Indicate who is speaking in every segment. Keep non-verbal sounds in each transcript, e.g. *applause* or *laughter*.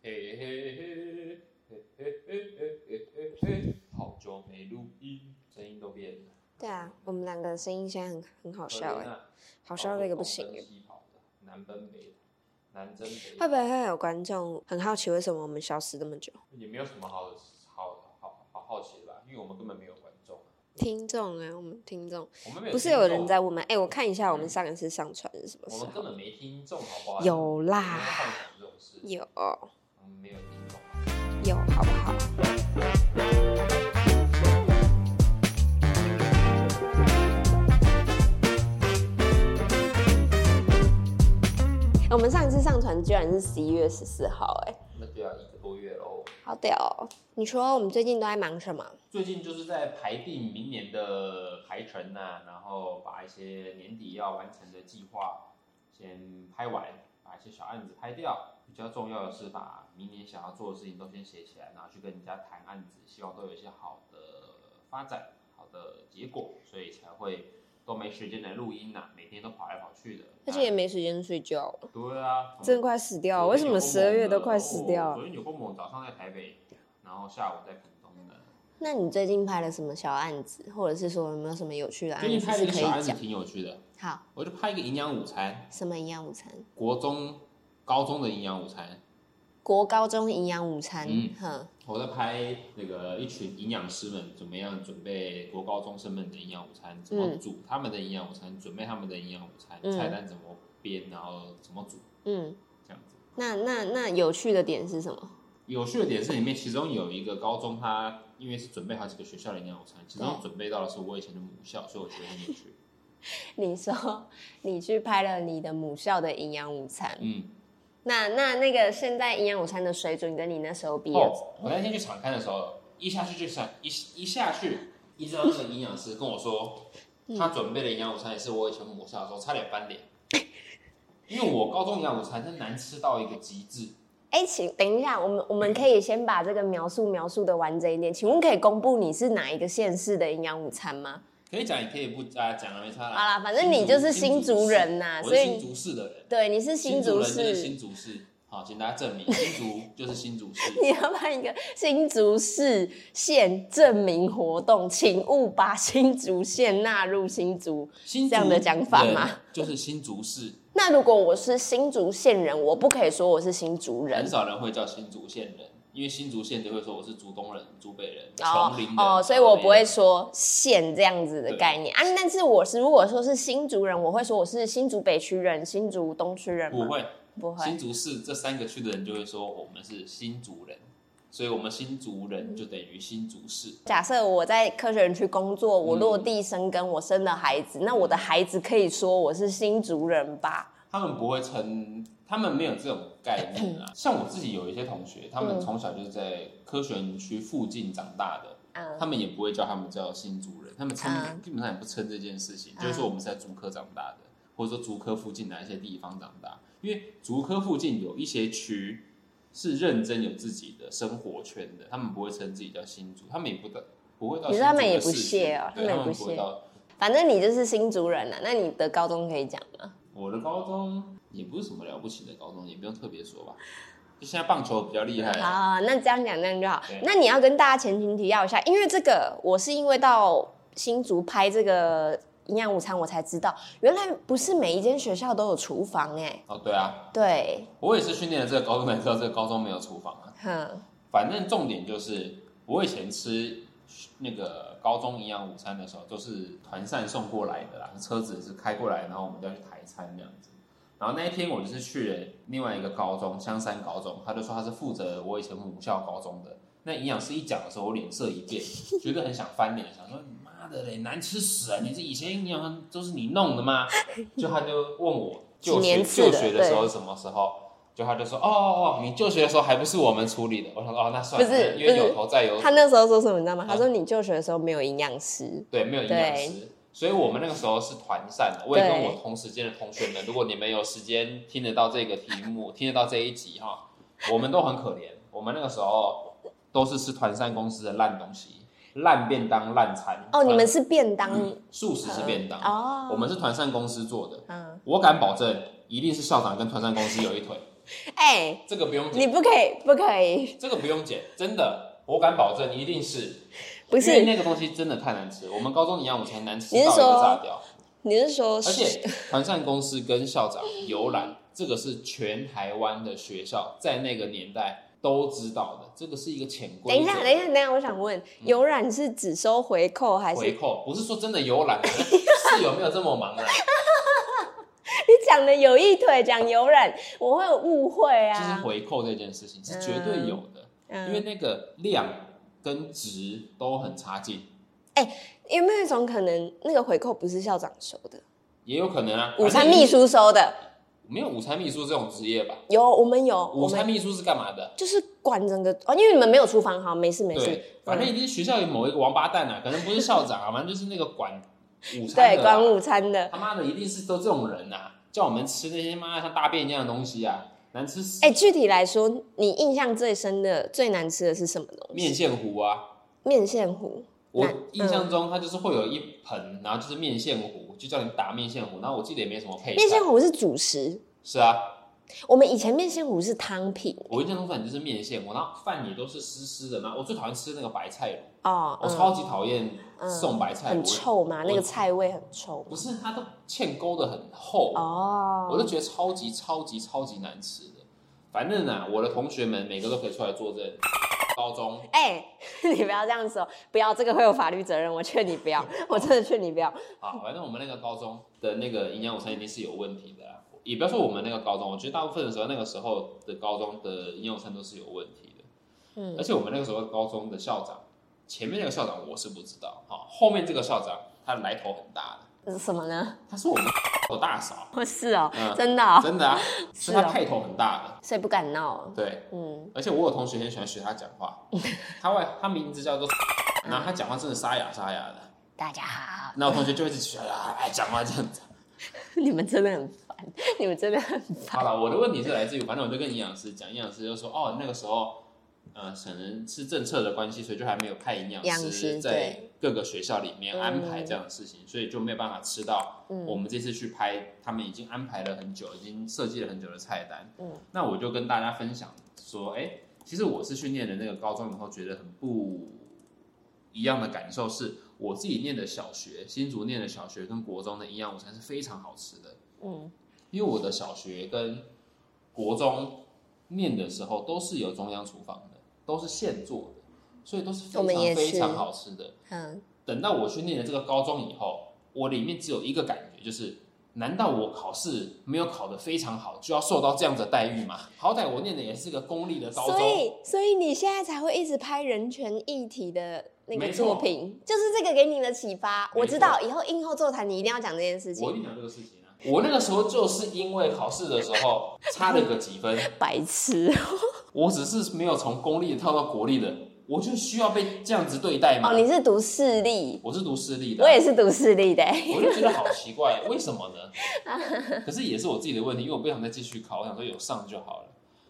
Speaker 1: 嘿嘿嘿嘿嘿嘿嘿嘿嘿嘿，好久没录音，声音都变了，
Speaker 2: 对啊，我们两个的声音现在很很好
Speaker 1: 好
Speaker 2: 笑哎、
Speaker 1: 啊，
Speaker 2: 好笑到一个不行
Speaker 1: 东
Speaker 2: 哎、
Speaker 1: 奔西跑的，南奔北的，南征
Speaker 2: 会
Speaker 1: 北
Speaker 2: 不会会有观众很好奇为什么我们消失这么久？
Speaker 1: 也没有什么好好好好好奇的吧，因为我们根本没有观众啊，
Speaker 2: 听众哎、我们听众
Speaker 1: 我们没有
Speaker 2: 不是
Speaker 1: 听
Speaker 2: 有
Speaker 1: 众
Speaker 2: 人
Speaker 1: 啊
Speaker 2: 在问吗？哎、我看一下我们上一次上传是什么
Speaker 1: 我
Speaker 2: 时
Speaker 1: 们根
Speaker 2: 候？
Speaker 1: 本没听众，好不好？
Speaker 2: 有
Speaker 1: 不要
Speaker 2: 啦，
Speaker 1: 幻想这种事，
Speaker 2: 有
Speaker 1: 我们没有听众。
Speaker 2: 有，好不好？哎我们上一次上传居然是十一月十四号、哎，
Speaker 1: 那就要一个多月喽。
Speaker 2: 好屌、哦！你说我们最近都在忙什么？
Speaker 1: 最近就是在排定明年的排程呐、然后把一些年底要完成的计划先拍完，把一些小案子拍掉。比较重要的是把明年想要做的事情都先写起来，然后去跟人家谈案子，希望都有一些好的呃发展、好的结果，所以才会都没时间来录音呐、每天都跑来跑去的。
Speaker 2: 而且也没时间睡觉，
Speaker 1: 对啊，从
Speaker 2: 真的快死掉了！为什么十二月
Speaker 1: 哦
Speaker 2: 都快死掉
Speaker 1: 昨
Speaker 2: 了？
Speaker 1: 天有空猛，早上在台北，然后下午在屏东的。
Speaker 2: 那你最近拍了什么小案子，或者是说有没有什么有趣的案
Speaker 1: 最近
Speaker 2: 子
Speaker 1: 拍了
Speaker 2: 是
Speaker 1: 一个
Speaker 2: 可
Speaker 1: 小案
Speaker 2: 以
Speaker 1: 子，
Speaker 2: 讲？
Speaker 1: 挺有趣的。
Speaker 2: 好，
Speaker 1: 我就拍一个营养午餐，
Speaker 2: 什么营养午餐？
Speaker 1: 国中、高中的营养午餐。
Speaker 2: 国高中营养午餐，
Speaker 1: 嗯
Speaker 2: 哼，
Speaker 1: 我在拍那个一群营养师们怎么样准备国高中生们的营养午餐，怎么煮他们的营养午餐，准备他们的营养午餐，
Speaker 2: 嗯
Speaker 1: 菜单怎么编，然后怎么煮，
Speaker 2: 嗯，
Speaker 1: 这样子。
Speaker 2: 那那那有趣的点是什么？
Speaker 1: 有趣的点是，里面其中有一个高中，他因为是准备好几个学校的营养午餐，其中
Speaker 2: 对
Speaker 1: 准备到的是我以前的母校，所以我觉得很有趣。
Speaker 2: *laughs* *laughs* 你说你去拍了你的母校的营养午餐，
Speaker 1: 嗯，
Speaker 2: 那那那个现在营养午餐的水准跟你那时候比，
Speaker 1: 哦，我那天去场刊的时候，一下去就想一一下去，一知道那个营养师跟我说，
Speaker 2: 嗯
Speaker 1: 他准备的营养午餐也是我以前母校的时候差点翻脸，因为我高中营养午餐真难吃到一个极致。
Speaker 2: 哎、请等一下，我们我们可以先把这个描述描述的完整一点。请问可以公布你是哪一个县市的营养午餐吗？
Speaker 1: 可以讲，也可以不啊，讲了没差
Speaker 2: 好
Speaker 1: 啦。
Speaker 2: 啦，反正你就是新竹人呐、
Speaker 1: 我
Speaker 2: 所
Speaker 1: 是
Speaker 2: 以
Speaker 1: 新竹市的人，
Speaker 2: 对你是新
Speaker 1: 人
Speaker 2: 竹
Speaker 1: 就是
Speaker 2: 市，
Speaker 1: 新竹市。好，请大家证明，新竹就是新竹市。
Speaker 2: 你要办一个新竹市县证明活动，请勿把新竹县纳入新竹。
Speaker 1: 新竹
Speaker 2: *laughs* 这样的讲法吗
Speaker 1: 人就是新竹市，
Speaker 2: 那如果我是新竹县人，我不可以说我是新竹人 *laughs*
Speaker 1: 很。少人会叫新竹县人，因为新竹县就会说我是竹东人、竹北人、
Speaker 2: 哦
Speaker 1: 琼林人
Speaker 2: 哦，所以我不会
Speaker 1: 之
Speaker 2: 说县这样子的
Speaker 1: 对
Speaker 2: 概念啊。但是我是如果说是新竹人，我会说我是新竹北区人、新竹东区人
Speaker 1: 类的不
Speaker 2: 吗？
Speaker 1: 会。
Speaker 2: 不会
Speaker 1: 新，竹市这三个区的人就会说我们是新竹人，所以我们新竹人就等于新竹市。
Speaker 2: 假设我在科学园区工作，我落地生根，我生了孩子，那我的孩子可以说我是新竹人吧？
Speaker 1: 他们不会称，他们没有这种概念
Speaker 2: *laughs*
Speaker 1: 啊。像我自己有一些同学，他
Speaker 2: 嗯
Speaker 1: 们从小就是在科学园区附近长大的，
Speaker 2: 嗯，
Speaker 1: 他们也不会叫他们叫新竹人，他们称、
Speaker 2: 嗯
Speaker 1: 基本上也不称这件事情，
Speaker 2: 嗯
Speaker 1: 就是说我们是在竹科长大的，或者说竹科附近哪一些地方长大，因为竹科附近有一些区是认真有自己的生活圈的，他们不会称自己叫新竹，他们也不得不会到
Speaker 2: 你
Speaker 1: 新
Speaker 2: 说
Speaker 1: 竹的市区，
Speaker 2: 他们也不屑哦
Speaker 1: 对他
Speaker 2: 他们也不
Speaker 1: 不会
Speaker 2: 屑
Speaker 1: 到。
Speaker 2: 反正你就是新竹人啊。那你的高中可以讲吗？
Speaker 1: 我的高中也不是什么了不起的高中，也不用特别说吧，就现在棒球比较厉害啊、
Speaker 2: 好，那这样讲那样就好
Speaker 1: 对。
Speaker 2: 那你要跟大家前情提要一下，因为这个我是因为到新竹拍这个营养午餐，我才知道原来不是每一间学校都有厨房哎、
Speaker 1: 哦，对啊，
Speaker 2: 对，
Speaker 1: 我也是训练了这个高中才知道这个高中没有厨房啊。
Speaker 2: 哼，
Speaker 1: 反正重点就是，我以前吃那个高中营养午餐的时候，都是团膳送过来的啦，车子是开过来，然后我们就要去抬餐这样子。然后那一天我就是去了另外一个高中，香山高中，他就说他是负责我以前母校高中的。那营养师一讲的时候，我脸色一变， *laughs* 觉得很想翻脸，想说你妈的嘞，难吃死了！你这以前营养都是你弄的吗？就他就问我
Speaker 2: 几
Speaker 1: 就学
Speaker 2: 年次的
Speaker 1: 就学的时候是什么时候？就他就说哦哦，哦你就学的时候还不是我们处理的。我想说哦，那算了，
Speaker 2: 不是
Speaker 1: 因为
Speaker 2: 不是
Speaker 1: 有头再有
Speaker 2: 他那时候说什么你知道吗？
Speaker 1: 啊
Speaker 2: 他说你就学的时候没有营养师，
Speaker 1: 对，没有营养师，所以我们那个时候是团散的。我也跟我同时间的同学们，如果你们有时间听得到这个题
Speaker 2: *laughs*
Speaker 1: 目，听得到这一集哈，我们都很可怜。我们那个时候都是吃团散公司的烂东西，烂便当、烂餐。
Speaker 2: 哦，你们
Speaker 1: 团
Speaker 2: 是便当、
Speaker 1: 素食是便当，
Speaker 2: 哦，
Speaker 1: 我们是团散公司做的。
Speaker 2: 嗯，
Speaker 1: 我敢保证，一定是校长跟团膳公司有一腿。
Speaker 2: 哎、
Speaker 1: 这个不用
Speaker 2: 你
Speaker 1: 剪，
Speaker 2: 不可以，不可以，
Speaker 1: 这个不用剪，真的，我敢保证，一定是，
Speaker 2: 不
Speaker 1: 因为
Speaker 2: 是？
Speaker 1: 那个东西真的太难吃，我们高中营养午餐难吃
Speaker 2: 你是
Speaker 1: 到一个
Speaker 2: 说
Speaker 1: 炸掉。
Speaker 2: 你是说
Speaker 1: 而
Speaker 2: 是
Speaker 1: 且团膳公司跟校长游览，这个是全台湾的学校在那个年代都知道的，这个是一个潜规
Speaker 2: 等
Speaker 1: 则。
Speaker 2: 一下，等一下，等一下，我想
Speaker 1: 嗯
Speaker 2: 问，有染是只收回扣还是？
Speaker 1: 回
Speaker 2: 你
Speaker 1: 扣不是说真的游览，啊是有没有这么
Speaker 2: *laughs*
Speaker 1: 茫然？
Speaker 2: 讲的有一腿，讲有染，我会有误会
Speaker 1: 就是
Speaker 2: 啊。
Speaker 1: 回扣这件事情是绝对有的，因为
Speaker 2: 嗯，
Speaker 1: 那个量跟值都很差劲，
Speaker 2: 有没有一种可能，那个回扣不是校长收的，
Speaker 1: 也有可能啊。
Speaker 2: 午餐
Speaker 1: 反正
Speaker 2: 秘书收的？
Speaker 1: 没有午餐秘书这种职业吧？
Speaker 2: 有，我们有，我
Speaker 1: 午餐
Speaker 2: 们
Speaker 1: 秘书是干嘛的？
Speaker 2: 就是管整个哦，因为你们没有厨房，好，没事没事嗯
Speaker 1: 对，，反正一定是学校有某一个王八蛋啊，可能不是校长啊，反 *laughs* 正就是那个管午餐的啊
Speaker 2: 对，管午餐的。
Speaker 1: 他妈的一定是都这种人呐、叫我们吃那些妈的像大便一样的东西啊，难吃死。
Speaker 2: 哎、具体来说，你印象最深的、最难吃的是什么东西？
Speaker 1: 面线糊啊，
Speaker 2: 面线糊。
Speaker 1: 我
Speaker 2: 那
Speaker 1: 印
Speaker 2: 嗯
Speaker 1: 象中它就是会有一盆，然后就是面线糊，就叫你打面线糊，然后我记得也没什么配菜。
Speaker 2: 面线糊是主食，
Speaker 1: 是啊，
Speaker 2: 我们以前面线糊是汤品
Speaker 1: 我印象中反正就是面线糊，然后饭也都是湿湿的，然后我最讨厌吃那个白菜卤，
Speaker 2: 哦，
Speaker 1: 我
Speaker 2: 嗯
Speaker 1: 超级讨厌
Speaker 2: 嗯
Speaker 1: 送白菜卤，
Speaker 2: 很臭嘛，那
Speaker 1: 我
Speaker 2: 个菜味很臭
Speaker 1: 不是它都芡勾的很厚，我
Speaker 2: 哦。
Speaker 1: 就觉得超级超级超级难吃的。反正啊，我的同学们每个都可以出来作证，高中
Speaker 2: 哎、 *laughs* 你不要这样说，不要，这个会有法律责任，我劝你不要，我真的劝你不要。
Speaker 1: 啊，反正我们那个高中的那个营养午餐一定是有问题的啦。也不要说我们那个高中，我觉得大部分的时候，那个时候的高中的营养午餐都是有问题的。
Speaker 2: 嗯
Speaker 1: 而且我们那个时候高中的校长，前面那个校长我是不知道，哈、后面这个校长他的来头很大的，
Speaker 2: 是呃什么呢？
Speaker 1: 他是我们我大嫂，
Speaker 2: 哦，是哦，
Speaker 1: 嗯
Speaker 2: 真的、哦，
Speaker 1: 真的啊，
Speaker 2: 是
Speaker 1: 是
Speaker 2: 哦
Speaker 1: 他派头很大的。
Speaker 2: 所以不敢闹哦。
Speaker 1: 对，
Speaker 2: 嗯，
Speaker 1: 而且我有同学很喜欢学他讲
Speaker 2: *laughs*
Speaker 1: 话，他外他名字叫做，然后他讲话真的沙哑沙哑的，
Speaker 2: 大
Speaker 1: *laughs*
Speaker 2: 家好，
Speaker 1: 那我同学就一直学啊，哎，讲话这样子。
Speaker 2: 你们真的很烦，你们真的很烦。
Speaker 1: 好了，我的问题是来自于，反正我就跟营养师讲，营养师就说，哦，那个时候，呃，可能是政策的关系，所以就还没有派营
Speaker 2: 营
Speaker 1: 养
Speaker 2: 养师
Speaker 1: 师在各个学校里面
Speaker 2: 嗯
Speaker 1: 安排这样的事情，所以就没有办法吃到
Speaker 2: 嗯
Speaker 1: 我们这次去拍，他们已经安排了很久，已经设计了很久的菜单。
Speaker 2: 嗯，
Speaker 1: 那我就跟大家分享说，哎、其实我是去念的那个高中以后，觉得很不一样的感受是，我自己念的小学，新竹念的小学跟国中的营养午餐是非常好吃的。
Speaker 2: 嗯，
Speaker 1: 因为我的小学跟国中念的时候都是有中央厨房的，都是现做的，所以都是
Speaker 2: 我
Speaker 1: 非
Speaker 2: 们也
Speaker 1: 常
Speaker 2: 是
Speaker 1: 非常好吃的。
Speaker 2: 嗯，
Speaker 1: 等到我去念了这个高中以后，我里面只有一个感觉，就是难道我考试没有考得非常好，就要受到这样的待遇吗？好歹我念的也是个公立的高
Speaker 2: 所
Speaker 1: 中，
Speaker 2: 以，所以你现在才会一直拍人权议题的那个
Speaker 1: 没错
Speaker 2: 作品，就是这个给你的启发。
Speaker 1: 没
Speaker 2: 我知
Speaker 1: 错
Speaker 2: 道以后映后座谈你一定要讲这件事
Speaker 1: 我
Speaker 2: 情
Speaker 1: 一。定讲这个事情啊。我那个时候就是因为考试的时候差了个几分，
Speaker 2: 白痴
Speaker 1: 嗯我只是没有从公立的跳到国立的，我就需要被这样子对待吗？
Speaker 2: 哦，你是读视力，
Speaker 1: 我是读私立的
Speaker 2: 我
Speaker 1: 啊、
Speaker 2: 也是读视力的、欸
Speaker 1: 我就觉得好奇
Speaker 2: *laughs*
Speaker 1: 怪，为什么呢？可是也是我自己的问题，因为我不想再继续考，我想说有上就好了。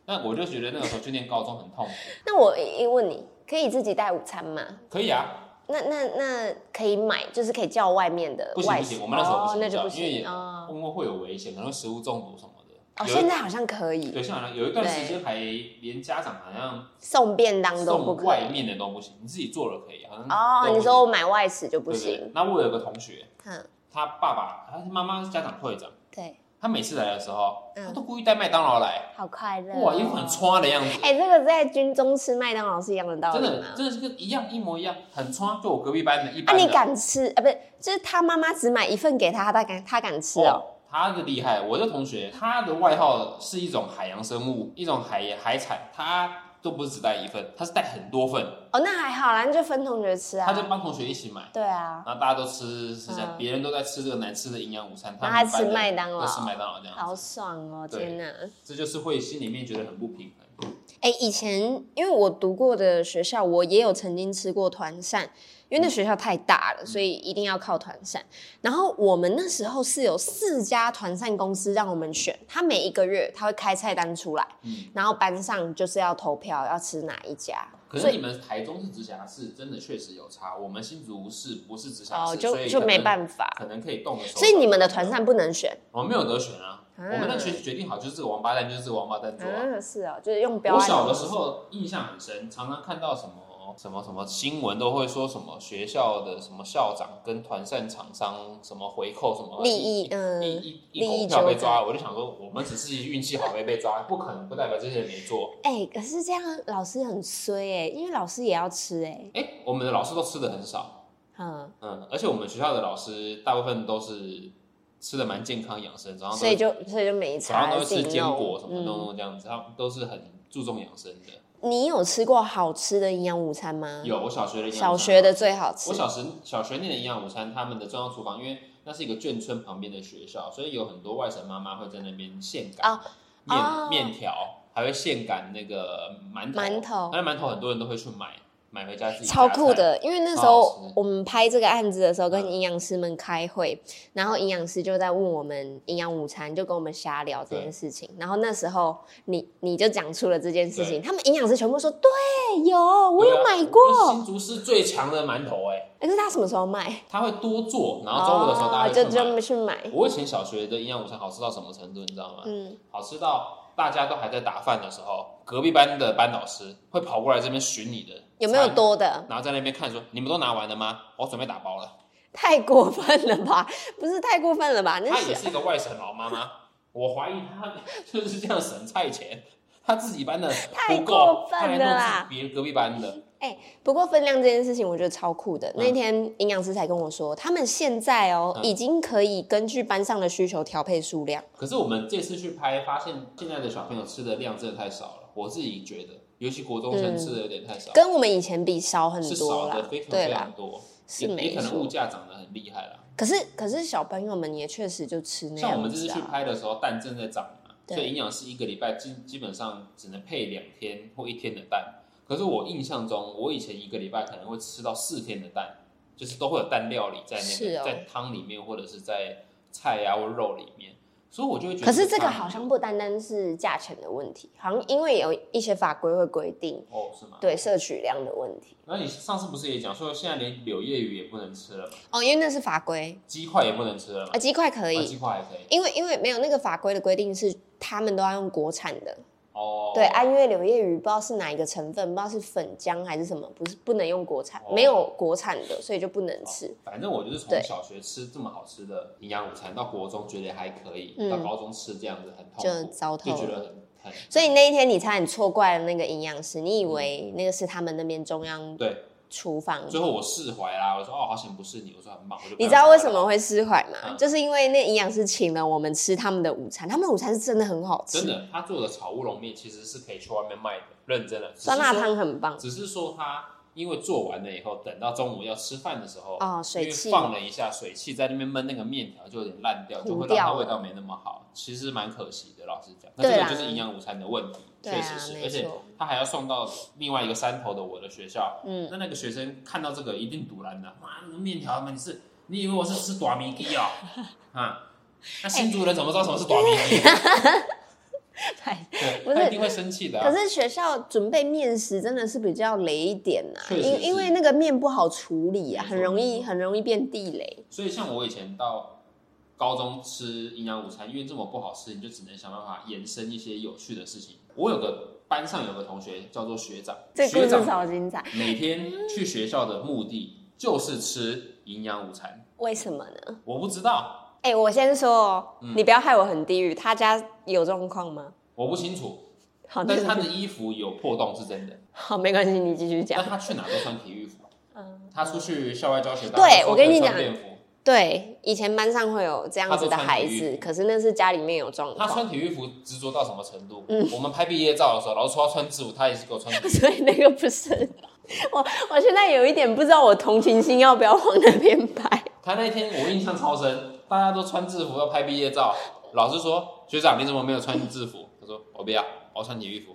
Speaker 1: 那我就觉得那个时候去念高中很痛苦。
Speaker 2: 那我问你，可以自己带午餐吗？
Speaker 1: 可以啊，
Speaker 2: 那那那可以买，就是可以叫外面的
Speaker 1: 不行
Speaker 2: 外
Speaker 1: 不行，我们那时候
Speaker 2: 哦
Speaker 1: 不
Speaker 2: 那
Speaker 1: 行
Speaker 2: 就
Speaker 1: 叫，
Speaker 2: 不
Speaker 1: 因为也
Speaker 2: 行哦。
Speaker 1: 因为会有危险，可能会食物中毒什么的。
Speaker 2: 哦，
Speaker 1: 有
Speaker 2: 现在好像可以
Speaker 1: 对，像好像有一段时间还连家长好像
Speaker 2: 送便当都不
Speaker 1: 送
Speaker 2: 可
Speaker 1: 外
Speaker 2: 以。
Speaker 1: 面的都不行，你自己做了可以，好像
Speaker 2: 哦，
Speaker 1: 都
Speaker 2: 你
Speaker 1: 不行
Speaker 2: 说我买外食就不
Speaker 1: 对对
Speaker 2: 行。
Speaker 1: 那我有个同学，
Speaker 2: 嗯，
Speaker 1: 他爸爸他妈妈是家长会长，
Speaker 2: 对，
Speaker 1: 他每次来的时候，
Speaker 2: 嗯
Speaker 1: 他都故意带麦当劳来，
Speaker 2: 好快乐哦。
Speaker 1: 哇，一副很穿的样子。
Speaker 2: 哎、这个在军中吃麦当劳是一样的道
Speaker 1: 真
Speaker 2: 理
Speaker 1: 的
Speaker 2: 哎吗？
Speaker 1: 真的是跟一样一模一样，很穿，就我隔壁班的一
Speaker 2: 啊，
Speaker 1: 班的。
Speaker 2: 你敢吃？啊，不是，就是他妈妈只买一份给他，他大敢他敢吃
Speaker 1: 哦？
Speaker 2: 哦。
Speaker 1: 他的厉害，我的同学，他的外号是一种海洋生物，一种海海产，他都不是只带一份，他是带很多份，
Speaker 2: 哦，那还好啦，那就分同学吃
Speaker 1: 他就
Speaker 2: 啊。
Speaker 1: 帮同学一起买，
Speaker 2: 对啊，
Speaker 1: 然后大家都吃吃这样，
Speaker 2: 嗯
Speaker 1: 别人都在吃这个难吃的营养午餐，
Speaker 2: 然后
Speaker 1: 他
Speaker 2: 他吃麦当劳
Speaker 1: 都吃麦当劳这样，
Speaker 2: 好爽哦！
Speaker 1: 对
Speaker 2: 天哪，
Speaker 1: 这就是会心里面觉得很不平衡。
Speaker 2: 哎、以前因为我读过的学校，我也有曾经吃过团膳，因为
Speaker 1: 嗯
Speaker 2: 那学校太大了，所以一定要靠团膳。然后我们那时候是有四家团膳公司让我们选，他每一个月他会开菜单出来，
Speaker 1: 嗯，
Speaker 2: 然后班上就是要投票要吃哪一家。
Speaker 1: 可
Speaker 2: 所
Speaker 1: 是
Speaker 2: 以
Speaker 1: 你们台中市直辖市真的确实有差，我们新竹市不是直辖市，
Speaker 2: 哦，就
Speaker 1: 所以
Speaker 2: 就
Speaker 1: 可
Speaker 2: 没
Speaker 1: 能
Speaker 2: 办法，
Speaker 1: 可能可以动的手。
Speaker 2: 所以你们的团，膳不能选。
Speaker 1: 我们没有得选啊，
Speaker 2: 啊
Speaker 1: 我们那决决定好就是这个王八蛋就是这个王八蛋做啊。
Speaker 2: 啊，是哦，就是用标
Speaker 1: 我
Speaker 2: 案
Speaker 1: 小
Speaker 2: 方
Speaker 1: 的
Speaker 2: 式
Speaker 1: 时候印象很深，常常看到什么什么什么新闻都会说什么学校的什么校长跟团扇厂商什么回扣什么
Speaker 2: 利益，
Speaker 1: 一
Speaker 2: 嗯，
Speaker 1: 一
Speaker 2: 利
Speaker 1: 一
Speaker 2: 益
Speaker 1: 股票被
Speaker 2: 纠
Speaker 1: 抓，我就想说我们只是运气好没被抓，不可能不代表这些人没做。
Speaker 2: 哎、可是这样老师很衰哎、因为老师也要吃哎、
Speaker 1: 哎、我们的老师都吃的很少，
Speaker 2: 嗯，
Speaker 1: 嗯，而且我们学校的老师大部分都是吃的蛮健康养生，早上
Speaker 2: 所
Speaker 1: 都
Speaker 2: 以
Speaker 1: 是
Speaker 2: 就所以就没
Speaker 1: 早上
Speaker 2: 差，
Speaker 1: 都
Speaker 2: 自
Speaker 1: 是
Speaker 2: 己
Speaker 1: 吃坚
Speaker 2: 弄
Speaker 1: 果什么弄
Speaker 2: 嗯。
Speaker 1: 弄这样子，他们都是很注重养生的。
Speaker 2: 你有吃过好吃的营养午餐吗？，
Speaker 1: 有我小学的营养午
Speaker 2: 小
Speaker 1: 餐
Speaker 2: 学的最好吃
Speaker 1: 我。小时小学念的营养午餐，他们的中央厨房，因为那是一个眷村旁边的学校，所以有很多外省妈妈会在那边现擀、
Speaker 2: 哦
Speaker 1: 面、
Speaker 2: 哦
Speaker 1: 面条，还会现擀那个馒头。
Speaker 2: 馒头
Speaker 1: 那馒头很多人都会去买，买回家自己
Speaker 2: 超
Speaker 1: 夹
Speaker 2: 酷
Speaker 1: 菜。
Speaker 2: 的，因为那时
Speaker 1: 超好
Speaker 2: 候
Speaker 1: 吃
Speaker 2: 我们拍这个案子的时候，跟
Speaker 1: 嗯
Speaker 2: 营养师们开会，然后营养师就在问我们营养午餐，就跟我们瞎聊这件事
Speaker 1: 嗯
Speaker 2: 情。然后那时候你你就讲出了这件事情，他们营养师全部说对，有我
Speaker 1: 对啊
Speaker 2: 有买过，
Speaker 1: 我们新竹市最强的馒头、哎，
Speaker 2: 可是他什么时候卖？
Speaker 1: 他会多做，然后周五的时候大家
Speaker 2: 哦就
Speaker 1: 会去买。
Speaker 2: 就去买，
Speaker 1: 我以前小学的营养午餐好吃到什么程度，你知道吗？
Speaker 2: 嗯，
Speaker 1: 好吃到大家都还在打饭的时候，隔壁班的班老师会跑过来这边巡你的
Speaker 2: 有没有
Speaker 1: 餐
Speaker 2: 多的？
Speaker 1: 然后在那边看说：“你们都拿完了吗？我准备打包了。
Speaker 2: 太过分了吧？不是太过分了吧？”那
Speaker 1: 她也
Speaker 2: 是
Speaker 1: 是一个外省老妈
Speaker 2: *laughs*
Speaker 1: 妈，我怀疑她就是这样省菜钱，她自己班的
Speaker 2: 太
Speaker 1: 不
Speaker 2: 过
Speaker 1: 够，
Speaker 2: 分
Speaker 1: 她还
Speaker 2: 了
Speaker 1: 弄是
Speaker 2: 啦
Speaker 1: 别隔壁班的，
Speaker 2: 不过分量这件事情，我觉得超酷的。那天营养师才跟我说，他们现在哦、
Speaker 1: 嗯
Speaker 2: 已经可以根据班上的需求调配数量。
Speaker 1: 可是我们这次去拍，发现现在的小朋友吃的量真的太少了，我自己觉得，尤其国中生
Speaker 2: 嗯
Speaker 1: 吃的有点太少，
Speaker 2: 跟我们以前比少很
Speaker 1: 是
Speaker 2: 多
Speaker 1: 少
Speaker 2: 啦
Speaker 1: 的非，常
Speaker 2: 对
Speaker 1: 非
Speaker 2: 啦
Speaker 1: 常，多，
Speaker 2: 是
Speaker 1: 也
Speaker 2: 没
Speaker 1: 也可能物
Speaker 2: 错。
Speaker 1: 价涨得很厉害啦。
Speaker 2: 可是可是小朋友们也确实就吃那
Speaker 1: 像我
Speaker 2: 样
Speaker 1: 们这次
Speaker 2: 子
Speaker 1: 去
Speaker 2: 啊，
Speaker 1: 拍的时候，蛋正在涨嘛，
Speaker 2: 对
Speaker 1: 所以营养师一个礼拜基基本上只能配两天或一天的蛋。可是我印象中，我以前一个礼拜可能会吃到四天的蛋，就是都会有蛋料理在那
Speaker 2: 是
Speaker 1: 个、
Speaker 2: 哦
Speaker 1: 在汤里面或者是在菜呀、或肉里面，所以我就会觉啊得。
Speaker 2: 可是这个好像不单单是价钱的问题，好像因为有一些法规会规定
Speaker 1: 哦，是吗？。
Speaker 2: 对摄取量的问题。
Speaker 1: 那你上次不是也讲说，现在连柳叶鱼也不能吃了嘛，
Speaker 2: 哦，因为那是法规
Speaker 1: 鸡块也不能吃了嘛
Speaker 2: 啊，？鸡块可
Speaker 1: 啊
Speaker 2: 以，
Speaker 1: 鸡块还可以。
Speaker 2: 因为因为没有那个法规的规定是他们都要用国产的，
Speaker 1: 哦，
Speaker 2: 对啊，因为柳叶鱼不知道是哪一个成分，不知道是粉浆还是什么，不是不能用国产，
Speaker 1: 哦
Speaker 2: 没有国产的，所以就不能吃。
Speaker 1: 反正我就是
Speaker 2: 对
Speaker 1: 从小学吃这么好吃的营养午餐，到国中觉得还可以，
Speaker 2: 嗯
Speaker 1: 到高中吃这样子很痛苦，
Speaker 2: 就糟透了
Speaker 1: 就觉得很很。
Speaker 2: 所以那一天你差点错怪了那个营养师，
Speaker 1: 嗯
Speaker 2: 你以为那个是他们那边中央
Speaker 1: 对，
Speaker 2: 厨房。
Speaker 1: 最后我释怀啦，我说哦，好险不是你，我说很棒，我就不
Speaker 2: 你
Speaker 1: 要
Speaker 2: 知道为
Speaker 1: 吃
Speaker 2: 什
Speaker 1: 了
Speaker 2: 么会释怀吗？
Speaker 1: 嗯
Speaker 2: 就是因为那营养师请了我们吃他们的午餐，他们的午餐是真的很好吃，
Speaker 1: 真的，他做的炒乌龙面其实是可以去外面卖的，认真的。只是
Speaker 2: 酸辣
Speaker 1: 说，
Speaker 2: 汤
Speaker 1: *laughs*
Speaker 2: 很棒。
Speaker 1: 只是说他因为做完了以后，等到中午要吃饭的时候，
Speaker 2: 哦水
Speaker 1: 因为
Speaker 2: 汽
Speaker 1: 放了一下水汽在那边焖那个面条，就有点烂掉，
Speaker 2: 糊
Speaker 1: 就会让
Speaker 2: 掉
Speaker 1: 它
Speaker 2: 了
Speaker 1: 味道没那么好，其实蛮可惜的。老实讲，那
Speaker 2: 对
Speaker 1: 这
Speaker 2: 啦
Speaker 1: 个就是营养午餐的问题，
Speaker 2: 对
Speaker 1: 确
Speaker 2: 啊
Speaker 1: 实是，
Speaker 2: 没
Speaker 1: 而且
Speaker 2: 错
Speaker 1: 他还要送到另外一个山头的我的学校，
Speaker 2: 嗯，
Speaker 1: 那那个学生看到这个一定堵拦的，哇，那个面条嘛，你是你以为我是吃短米鸡
Speaker 2: *laughs*
Speaker 1: 哦？啊，那新竹人怎么知道什么是短米
Speaker 2: *laughs*
Speaker 1: 鸡？
Speaker 2: 不
Speaker 1: 对，
Speaker 2: 是
Speaker 1: 他一定会生气的啊、
Speaker 2: 可是学校准备面食真的是比较雷一点呐、
Speaker 1: 确实是
Speaker 2: 因因为那个面不好处理啊，
Speaker 1: 没错嗯
Speaker 2: 很容易
Speaker 1: 没错
Speaker 2: 很容易变地雷。
Speaker 1: 所以像我以前到高中吃营养午餐，因为这么不好吃，你就只能想办法延伸一些有趣的事情。我有个班上有个同学叫做学长，
Speaker 2: 这故
Speaker 1: 学
Speaker 2: 事
Speaker 1: 长
Speaker 2: 超精彩，
Speaker 1: 每天去学校的目的就是吃营养午餐，
Speaker 2: 为什么呢？
Speaker 1: 我不知道，
Speaker 2: 哎、我先说哦，
Speaker 1: 嗯
Speaker 2: 你不要害我很地狱。他家有状况吗？
Speaker 1: 我不清楚，
Speaker 2: 好，
Speaker 1: 但是
Speaker 2: 那
Speaker 1: 他的衣服有破洞是真的。
Speaker 2: *laughs* 好，没关系，你继续
Speaker 1: 但 *laughs*
Speaker 2: 讲。
Speaker 1: 他去哪都穿体育服，
Speaker 2: 嗯，
Speaker 1: 他出去校外教学，
Speaker 2: 对我跟你讲
Speaker 1: 他穿便服
Speaker 2: 对，以前班上会有这样子的
Speaker 1: 他都穿
Speaker 2: 孩
Speaker 1: 体育
Speaker 2: 子，可是那是家里面有状
Speaker 1: 他
Speaker 2: 况，
Speaker 1: 穿体育服执着到什么程度？
Speaker 2: 嗯
Speaker 1: 我们拍毕业照的时候，老师说要穿制服，他也是给我穿体育服。
Speaker 2: *laughs* 所以那个不是 *laughs* 我。我现在有一点不知道我同情心要不要往那边摆。 *laughs*
Speaker 1: 他那天我印象超深，大家都穿制服要拍毕业照，老师说学长你怎么没有穿制服？他说我不要，我要穿体育服。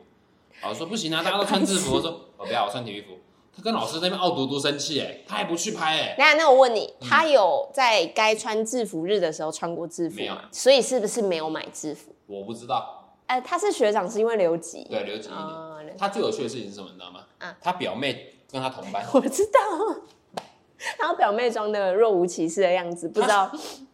Speaker 1: 老师说不行啊，大家都穿制服。我说我不要，我穿体育服。他跟老师在那边傲嘟嘟生气，哎，他还不去拍，哎，
Speaker 2: 那那我问你，他有在该穿制服日的时候穿过制服
Speaker 1: 没有
Speaker 2: 吗？所以是不是没有买制服？
Speaker 1: 我不知道。
Speaker 2: 呃，他是学长，是因为留级。
Speaker 1: 对，留级一点。
Speaker 2: 哦，留
Speaker 1: 他最有趣的事情是什么，你知道吗？
Speaker 2: 嗯，
Speaker 1: 他表妹跟他同班
Speaker 2: 我知道。然后表妹装的若无其事的样子，不
Speaker 1: *laughs*
Speaker 2: 知道，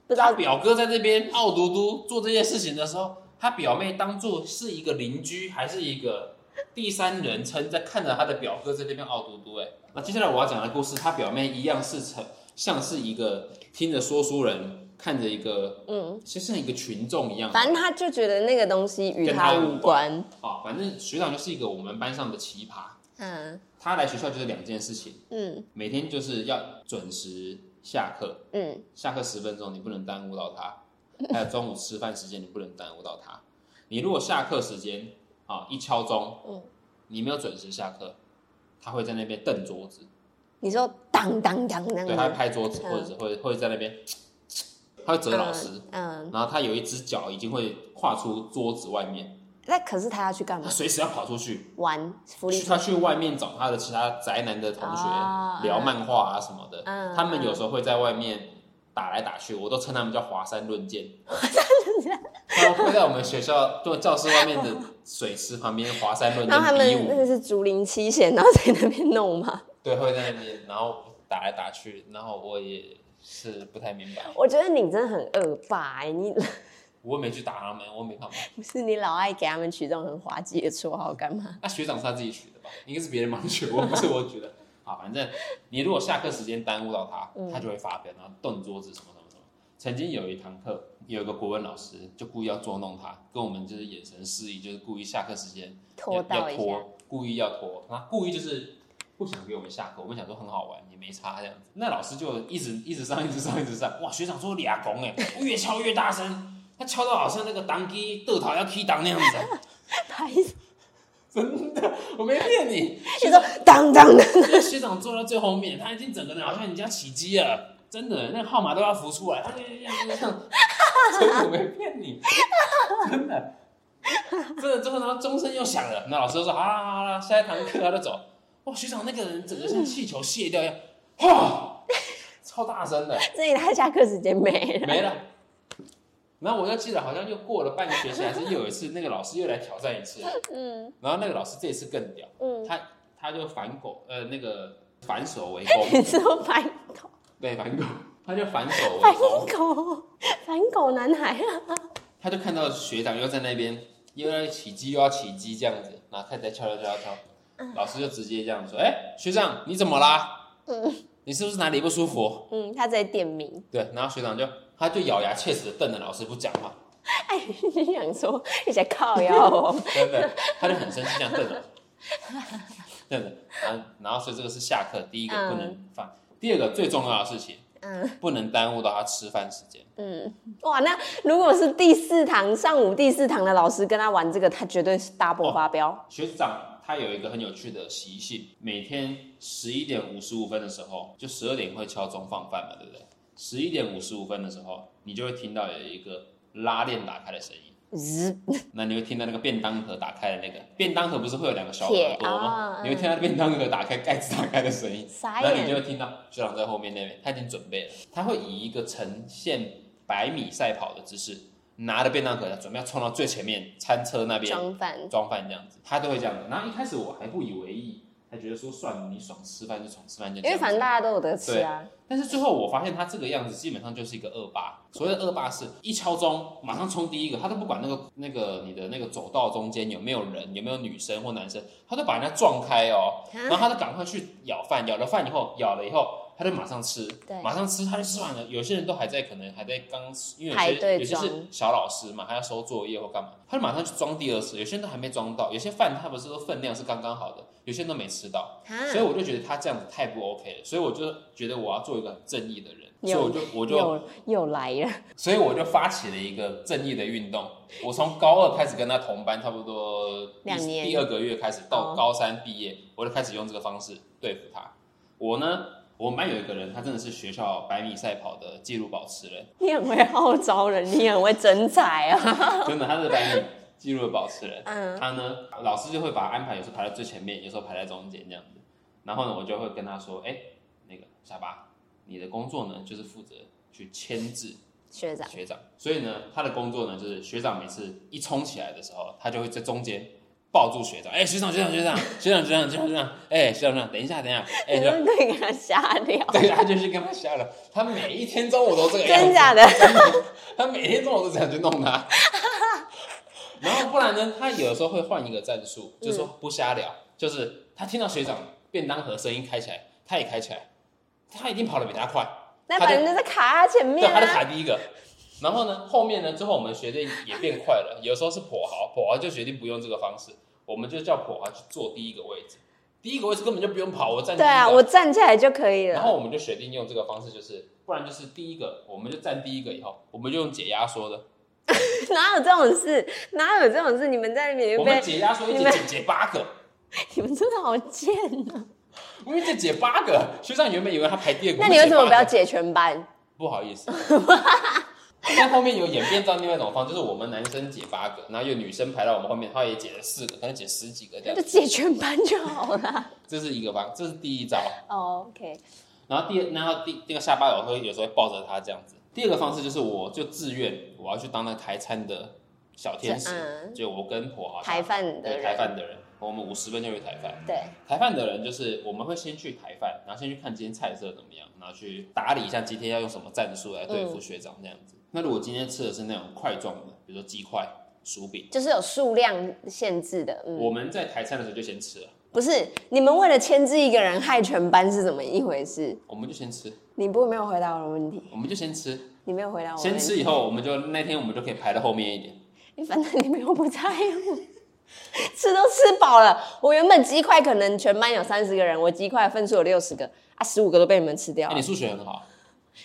Speaker 2: 不知
Speaker 1: 他
Speaker 2: 道。
Speaker 1: 表哥在这边傲嘟嘟做这件事情的时候，他表妹当做是一个邻居，还是一个第三人称在看着他的表哥在这边傲嘟嘟。哎，那接下来我要讲的故事，他表妹一样是成像是一个听着说书人，看着一个
Speaker 2: 嗯，
Speaker 1: 就像一个群众一样。
Speaker 2: 反正他就觉得那个东西与
Speaker 1: 跟他
Speaker 2: 他
Speaker 1: 无
Speaker 2: 无关。
Speaker 1: 哦，反正学长就是一个我们班上的奇葩。
Speaker 2: 嗯
Speaker 1: 他来学校就是两件事情，
Speaker 2: 嗯
Speaker 1: 每天就是要准时下课，
Speaker 2: 嗯，
Speaker 1: 下课十分钟你不能耽误到他， *laughs* 还有中午吃饭时间你不能耽误到他。你如果下课时间啊一敲钟，
Speaker 2: 嗯
Speaker 1: 你没有准时下课，他会在那边瞪桌子，
Speaker 2: 你说当当当当
Speaker 1: 对，他会
Speaker 2: 的，
Speaker 1: 拍桌子，
Speaker 2: 嗯
Speaker 1: 或者是会会在那边，他会责老师，
Speaker 2: 嗯，
Speaker 1: 然后他有一只脚已经会跨出桌子外面，
Speaker 2: 那可是他要去干
Speaker 1: 他
Speaker 2: 嘛？
Speaker 1: 随时要跑出去，
Speaker 2: 玩福利
Speaker 1: 去他去外面找他的其他宅男的同学、
Speaker 2: 哦
Speaker 1: 聊漫画啊什么的，
Speaker 2: 嗯
Speaker 1: 他们有时候会在外面打来打去，我都称他们叫华山论
Speaker 2: *laughs*
Speaker 1: 剑。他们会在我们学校就教室外面的水池旁边华山论
Speaker 2: 然后 *laughs* 他
Speaker 1: 剑比
Speaker 2: 们那嗯
Speaker 1: 武，
Speaker 2: 个是竹林七贤，然后在那边弄嘛。
Speaker 1: 对，会在那边然后打来打去，然后我也是不太明白，
Speaker 2: 我觉得你真的很恶霸、欸，你 *laughs*
Speaker 1: 我也没去打他们，我也没干嘛。
Speaker 2: 不是你老爱给他们取这种很滑稽的绰号干嘛？
Speaker 1: 那学长是他自己取的吧？应该是别人帮他取，我不是我取的。啊，反正你如果下课时间耽误到他，
Speaker 2: 嗯
Speaker 1: 他就会发飙，然后动桌子什么什么什么。曾经有一堂课，有一个国文老师就故意要捉弄他，跟我们就是眼神示意，就是故意下课时间
Speaker 2: 拖
Speaker 1: 要
Speaker 2: 到
Speaker 1: 要
Speaker 2: 一下，
Speaker 1: 拖，故意要拖，他故意就是不想给我们下课，我们想说很好玩，也没差这样子。那老师就一直一直上，一直上，一直上，哇，学长说俩拱哎，越敲越大声，他敲到好像那个当机豆桃要踢档那样子，
Speaker 2: 拍手，
Speaker 1: 真的， *laughs* 我没骗你。
Speaker 2: 就说当当
Speaker 1: *laughs*
Speaker 2: 的，
Speaker 1: 因为学长坐在最后面，他已经整个人好像人家起鸡了，真的，那个号码都要浮出来，他就这样这样这样，真的我没骗你，真的，真的最后然后钟声又响了，那老师就说好啦好啦好啦，下一堂课啊他就走，哇，学长那个人整个像气球泄掉一样，哇，超大声的，
Speaker 2: 所以他下课时间没了。
Speaker 1: 没了。然后我就记得好像又过了半个学期，还是又有一次，那个老师又来挑战一次，
Speaker 2: 嗯
Speaker 1: 然后那个老师这一次更屌，
Speaker 2: 嗯，
Speaker 1: 他他就反狗呃那个反手为攻，
Speaker 2: 你说反狗，
Speaker 1: 对，反狗， *laughs* 他就反手
Speaker 2: 反
Speaker 1: 为攻，
Speaker 2: 狗，反狗男孩啊！
Speaker 1: 他就看到学长又在那边又要起鸡又要起鸡这样子，然后看起来敲敲敲敲敲，老师就直接这样说：“哎、学长你怎么啦？
Speaker 2: 嗯
Speaker 1: 你是不是哪里不舒服
Speaker 2: 嗯，他在点名。？”
Speaker 1: 对，然后学长就他就咬牙切齿的瞪着老师不讲话，
Speaker 2: 哎， *laughs* 你想说你在靠
Speaker 1: *laughs*
Speaker 2: 腰哦？
Speaker 1: 真
Speaker 2: *laughs*
Speaker 1: 的，他就很生气这样瞪着，瞪着，然后然后所以这个是下课第一个不能放，第二个最重要的事情
Speaker 2: 嗯
Speaker 1: 不能耽误到他吃饭时间。
Speaker 2: 嗯，哇，那如果是第四堂上午第四堂的老师跟他玩这个，他绝对是 double 发飙。
Speaker 1: 学长他有一个很有趣的习性，每天十一点五十五分的时候，就十二点会敲钟放饭嘛，对不对？十一点五十五分的时候，你就会听到有一个拉链打开的声音，
Speaker 2: 日
Speaker 1: 那你会听到那个便当盒打开的那个便当盒不是会有两个小
Speaker 2: 铁
Speaker 1: 耳朵吗？
Speaker 2: 啊
Speaker 1: 你会听到便当盒打开盖子打开的声音，
Speaker 2: 傻
Speaker 1: 然后你就
Speaker 2: 眼，
Speaker 1: 会听到学长在后面那边，他已经准备了，他会以一个呈现百米赛跑的姿势，拿着便当盒准备要冲到最前面餐车那边。
Speaker 2: 装饭。
Speaker 1: 装饭这样子，他都会这样子。然后一开始我还不以为意，还觉得说算了，你爽吃饭就爽吃饭就这
Speaker 2: 因为
Speaker 1: 样子
Speaker 2: 反正大家都有得吃啊，
Speaker 1: 但是最后我发现他这个样子基本上就是一个恶霸。所谓的恶霸是一敲钟马上冲第一个，他都不管那个那个你的那个走道中间有没有人，有没有女生或男生，他都把人家撞开哦，
Speaker 2: 啊
Speaker 1: 然后他就赶快去舀饭，舀了饭以后，舀了以后。他就马上吃
Speaker 2: 对，
Speaker 1: 马上吃，他就吃完了。有些人都还在，可能还在刚，因为
Speaker 2: 排
Speaker 1: 有些
Speaker 2: 队
Speaker 1: 有些
Speaker 2: 装
Speaker 1: 是小老师嘛，还要收作业或干嘛，他就马上去装第二次。有些人都还没装到，有些饭他不是说分量是刚刚好的，有些人都没吃到。
Speaker 2: 啊
Speaker 1: 所以我就觉得他这样子太不 OK 了，所以我就觉得我要做一个很正义的人，所以
Speaker 2: 有
Speaker 1: 我就我就
Speaker 2: 又又来了， *laughs*
Speaker 1: 所以我就发起了一个正义的运动。我从高二开始跟他同班，差不多第
Speaker 2: 两年
Speaker 1: 第二个月开始到
Speaker 2: 哦
Speaker 1: 高三毕业，我就开始用这个方式对付他。我呢，我们班有一个人，他真的是学校百米赛跑的纪录保持
Speaker 2: *laughs*
Speaker 1: 人，
Speaker 2: 你很会号召人，你很会整彩
Speaker 1: *laughs*
Speaker 2: 啊，
Speaker 1: 真的，他是百米纪录的保持人。
Speaker 2: 嗯
Speaker 1: 他呢，老师就会把他安排有时候排在最前面，有时候排在中间这样子。然后呢，我就会跟他说，哎、那个下巴，你的工作呢就是负责去牵制
Speaker 2: 学长，
Speaker 1: 学长，所以呢，他的工作呢就是学长每次一冲起来的时候，他就会在中间抱住学长，哎、学长学长学长学长学长学长学长，哎、学长学长，等一下等一下，哎、
Speaker 2: 你
Speaker 1: 学
Speaker 2: 是
Speaker 1: 长
Speaker 2: 不是可以跟他瞎聊？
Speaker 1: 对，他就是跟他瞎了，他每一天中午都这个样
Speaker 2: 真
Speaker 1: 子，
Speaker 2: 假的？
Speaker 1: 他每天中午都这样去弄他。 *laughs* 然后不然呢，他有的时候会换一个战术，就是
Speaker 2: 嗯
Speaker 1: 说不瞎聊，就是他听到学长便当盒声音开起来，他也开起来，他一定跑得比他快，
Speaker 2: 那
Speaker 1: 他
Speaker 2: 反
Speaker 1: 就
Speaker 2: 正就是卡他前
Speaker 1: 对，
Speaker 2: 面
Speaker 1: 他就
Speaker 2: 啊。
Speaker 1: 卡第一个。然后呢，后面呢，最后我们学弟也变快了，有时候是跛豪，跛豪就决定不用这个方式，我们就叫跛豪去坐第一个位置，第一个位置根本就不用跑，我站第
Speaker 2: 对
Speaker 1: 一
Speaker 2: 啊，
Speaker 1: 个
Speaker 2: 我站起来就可以
Speaker 1: 然
Speaker 2: 了。
Speaker 1: 后我们就决定用这个方式，就是不然就是第一个，我们就站第一个以后，我们就用解压缩的，
Speaker 2: *laughs* 哪有这种事？哪有这种事？你们在里面
Speaker 1: 我
Speaker 2: 被
Speaker 1: 们解压缩一
Speaker 2: 你
Speaker 1: 节
Speaker 2: 们
Speaker 1: 解解八个，
Speaker 2: 你们真的好贱啊！
Speaker 1: 我们一节解八个。学长原本以为他排第二个，
Speaker 2: 那你为什么不要
Speaker 1: 解
Speaker 2: 解全班？
Speaker 1: 八个？不好意思。但后面有演变到另外一种方式，就是我们男生解八个，然后有女生排到我们后面，她也解了四个，可能解十几个这
Speaker 2: 那
Speaker 1: 样
Speaker 2: 就。解全班就好
Speaker 1: *laughs*
Speaker 2: 了。 *laughs*
Speaker 1: 这是一个方，这是第一招。
Speaker 2: 哦 OK，
Speaker 1: 然后第二，然后第第二个下巴，我会有时候会抱着他这样子。第二个方式就是，我就自愿我要去当那个台餐的小天使，
Speaker 2: 嗯
Speaker 1: 就我跟婆啊好像
Speaker 2: 台饭的
Speaker 1: 对台
Speaker 2: 人，
Speaker 1: 饭的人，我们五十分就去台饭。
Speaker 2: 对，
Speaker 1: 台饭的人就是我们会先去台饭，然后先去看今天菜色怎么样，然后去打理一下今天要用什么战术来对
Speaker 2: 嗯
Speaker 1: 付学长这样子。那如果今天吃的是那种块状的，比如说鸡块、薯饼，
Speaker 2: 就是有数量限制的。
Speaker 1: 我
Speaker 2: 嗯，
Speaker 1: 们在台餐的时候就先吃了，
Speaker 2: 不是，你们为了牵制一个人害全班是怎么一回事？
Speaker 1: 我们就先吃，
Speaker 2: 你不没有回答我的问题，
Speaker 1: 我们就先吃，
Speaker 2: 你没有回答我的
Speaker 1: 先
Speaker 2: 问题。
Speaker 1: 吃以后，我们就那天我们就可以排到后面一点。
Speaker 2: 你反正你们又不在乎， *laughs* 吃都吃饱了。我原本鸡块可能全班有三十个人，我鸡块分数有六十个啊，十五个都被你们吃掉
Speaker 1: 哎、
Speaker 2: 了。
Speaker 1: 你数学很好，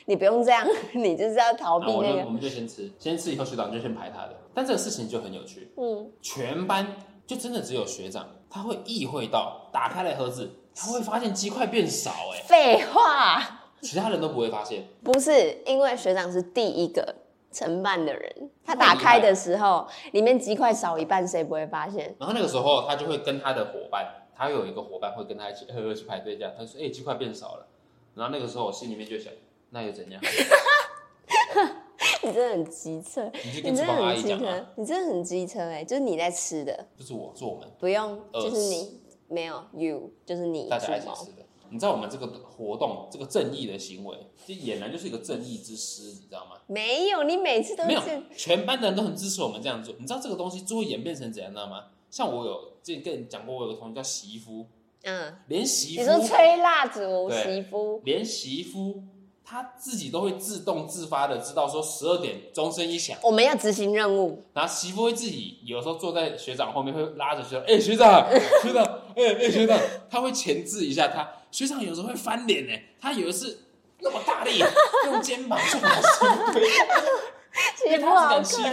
Speaker 2: 你不用这样， *laughs* 你就是要逃避
Speaker 1: 那啊我就
Speaker 2: 那
Speaker 1: 我
Speaker 2: 个。
Speaker 1: 们就先吃，先吃以后学长就先排他的。但这个事情就很有趣，
Speaker 2: 嗯，
Speaker 1: 全班就真的只有学长，他会意会到打开来盒子，他会发现鸡块变少、哎，
Speaker 2: 废话，
Speaker 1: 其他人都不会发现。
Speaker 2: 不是因为学长是第一个承办的人，他打开
Speaker 1: 啊
Speaker 2: 的时候里面鸡块少一半，谁不会发现？ *laughs*
Speaker 1: 然后那个时候他就会跟他的伙伴，他有一个伙伴会跟他一起 *laughs* 呵呵去排队这样，他说：“哎、鸡块变少了。”然后那个时候我心里面就想，那又怎样？
Speaker 2: 你真的很机车，
Speaker 1: 你就跟厨
Speaker 2: 你真的
Speaker 1: 房阿
Speaker 2: 很
Speaker 1: 姨
Speaker 2: 机
Speaker 1: 讲啊，
Speaker 2: 车，你真的很机车哎、就是你在吃的，
Speaker 1: 就是我，是我们
Speaker 2: 不用，
Speaker 1: 饿
Speaker 2: 就是
Speaker 1: 死
Speaker 2: 你没有 you，就是你
Speaker 1: 大家一
Speaker 2: 是
Speaker 1: 起
Speaker 2: 吗
Speaker 1: 吃的。你知道我们这个活动，这个正义的行为，这俨然就是一个正义之师，你知道吗？
Speaker 2: 没有，你每次都
Speaker 1: 没有
Speaker 2: 是，
Speaker 1: 全班的人都很支持我们这样做。你知道这个东西最后演变成怎样，你知道吗？像我有之前跟你讲过，我有个同学叫媳妇，
Speaker 2: 嗯，
Speaker 1: 连媳
Speaker 2: 你说
Speaker 1: 妇，
Speaker 2: 吹蜡烛、
Speaker 1: 对
Speaker 2: 洗衣服，
Speaker 1: 连媳妇他自己都会自动自发的知道说十二点钟声一响，
Speaker 2: 我们要执行任务，
Speaker 1: 然后媳妇会自己有时候坐在学长后面会拉着学长，哎、学长， *laughs* 学长，哎、哎、学长，他会钳制一下他。学长有时候会翻脸呢、他有一次那么大
Speaker 2: *laughs*
Speaker 1: 力用肩膀撞他媳妇，因
Speaker 2: 媳
Speaker 1: 为
Speaker 2: 妇
Speaker 1: 他
Speaker 2: 好
Speaker 1: 不敢
Speaker 2: 可
Speaker 1: 欺负媳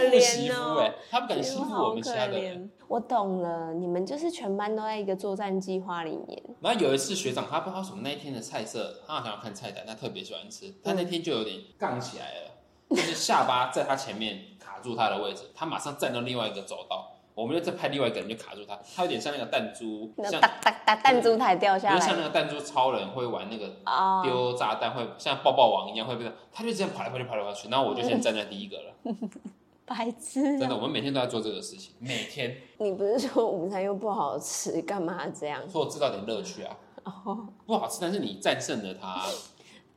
Speaker 2: 怜
Speaker 1: 妇
Speaker 2: 哦、
Speaker 1: 哎、他不敢欺
Speaker 2: 媳妇
Speaker 1: 负
Speaker 2: 好
Speaker 1: 我
Speaker 2: 可
Speaker 1: 们其他的人。
Speaker 2: 怜。哦我懂了，你们就是全班都在一个作战计划里面，
Speaker 1: 然后有一次学长他不知道什么那一天的菜色，他好像要看菜单，他特别喜欢吃，他那天就有点杠起来了，就是下巴在他前面卡住他的位置，他马上站到另外一个走道，我们就再派另外一个人就卡住他，他有点像那个弹珠，
Speaker 2: 那
Speaker 1: 像
Speaker 2: 哒哒哒弹珠台掉下
Speaker 1: 不是像
Speaker 2: 来
Speaker 1: 那个弹珠超人会玩那个
Speaker 2: 啊、哦，
Speaker 1: 丢炸弹，会像抱抱王一样会被他，他就这样跑来跑去跑来跑去，然后我就先站在第一个了，
Speaker 2: 白痴
Speaker 1: 真
Speaker 2: 啊、
Speaker 1: 的，我们每天都在做这个事情，每天，
Speaker 2: 你不是说午餐又不好吃，干嘛这样？
Speaker 1: 所以我制造点乐趣啊，
Speaker 2: 哦，
Speaker 1: 不好吃，但是你战胜了他，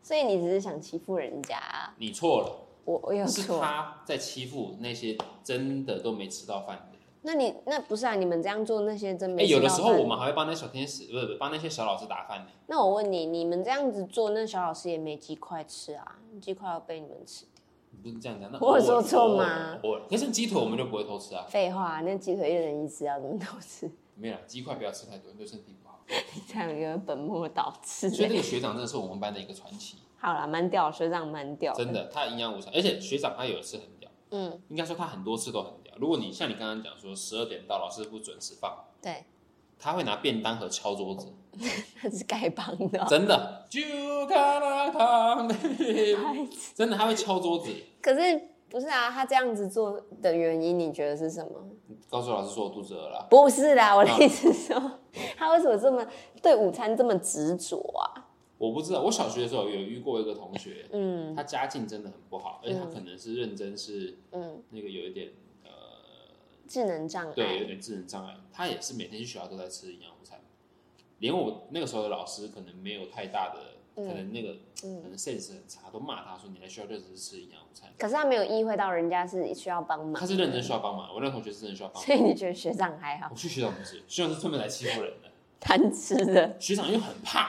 Speaker 2: 所以你只是想欺负人家啊、
Speaker 1: 你错了。
Speaker 2: 我我有
Speaker 1: 是
Speaker 2: 错？
Speaker 1: 他在欺负那些真的都没吃到饭的。
Speaker 2: 那你那不是啊？你们这样做那些真
Speaker 1: 哎、
Speaker 2: 没、吃
Speaker 1: 有的
Speaker 2: 到
Speaker 1: 时候
Speaker 2: 饭
Speaker 1: 我们还会帮那小天使，不是不是帮那些小老师打饭呢。
Speaker 2: 那我问你，你们这样子做，那小老师也没鸡块吃啊？鸡块要被你们吃。
Speaker 1: 你不是这样讲，那
Speaker 2: 我有
Speaker 1: 偶尔
Speaker 2: 说错
Speaker 1: 偶
Speaker 2: 吗？
Speaker 1: 尔偶尔，可是鸡腿我们就不会偷吃啊。
Speaker 2: 废话，那鸡腿一人一只，啊要怎么都吃？ *laughs*
Speaker 1: 没有啦，鸡块不要吃太多，对身体不好。
Speaker 2: 你这样有本末倒置
Speaker 1: 所以那
Speaker 2: 欸。
Speaker 1: 个学长真的是我们班的一个传奇，
Speaker 2: 好啦，蛮屌，学长蛮屌。
Speaker 1: 真的，他营养午餐，而且学长他有一次很屌，
Speaker 2: 嗯，
Speaker 1: 应该说他很多次都很屌。如果你像你刚刚讲说十二点到，老师不准时放，
Speaker 2: 对， *laughs*
Speaker 1: 他会拿便当盒敲桌子，
Speaker 2: 那是丐帮的哦。
Speaker 1: 真
Speaker 2: *laughs*
Speaker 1: 的。就看那汤 *laughs*
Speaker 2: 白痴
Speaker 1: 真的他会敲桌子。
Speaker 2: *laughs* 可是不是啊，他这样子做的原因，你觉得是什么？
Speaker 1: 告诉老师说我肚子饿了，
Speaker 2: 不是啦，我的
Speaker 1: 嗯
Speaker 2: 意思是说，他为什么这么对午餐这么执着啊？
Speaker 1: 我不知道。我小学的时候有遇过一个同学，
Speaker 2: 嗯
Speaker 1: 他家境真的很不好，而且他可能是认真是
Speaker 2: 嗯，
Speaker 1: 那个有一点呃，
Speaker 2: 智能障
Speaker 1: 对，有
Speaker 2: 碍，
Speaker 1: 点智能障碍。他也是每天去学校都在吃营养午餐，连我那个时候的老师可能没有太大的，
Speaker 2: 嗯
Speaker 1: 可能那个可
Speaker 2: 嗯，
Speaker 1: 能 sense 很差，都骂他说你在学校就只是吃营养午餐。
Speaker 2: 可是他没有意会到人家是需要帮忙
Speaker 1: 他，是认真需要帮忙，我那个同学啊是真的需要帮忙。
Speaker 2: 所以你觉得学长还好，
Speaker 1: 我去学长不是，学长是专门来欺负人的。
Speaker 2: 贪吃的，
Speaker 1: 学长又很胖，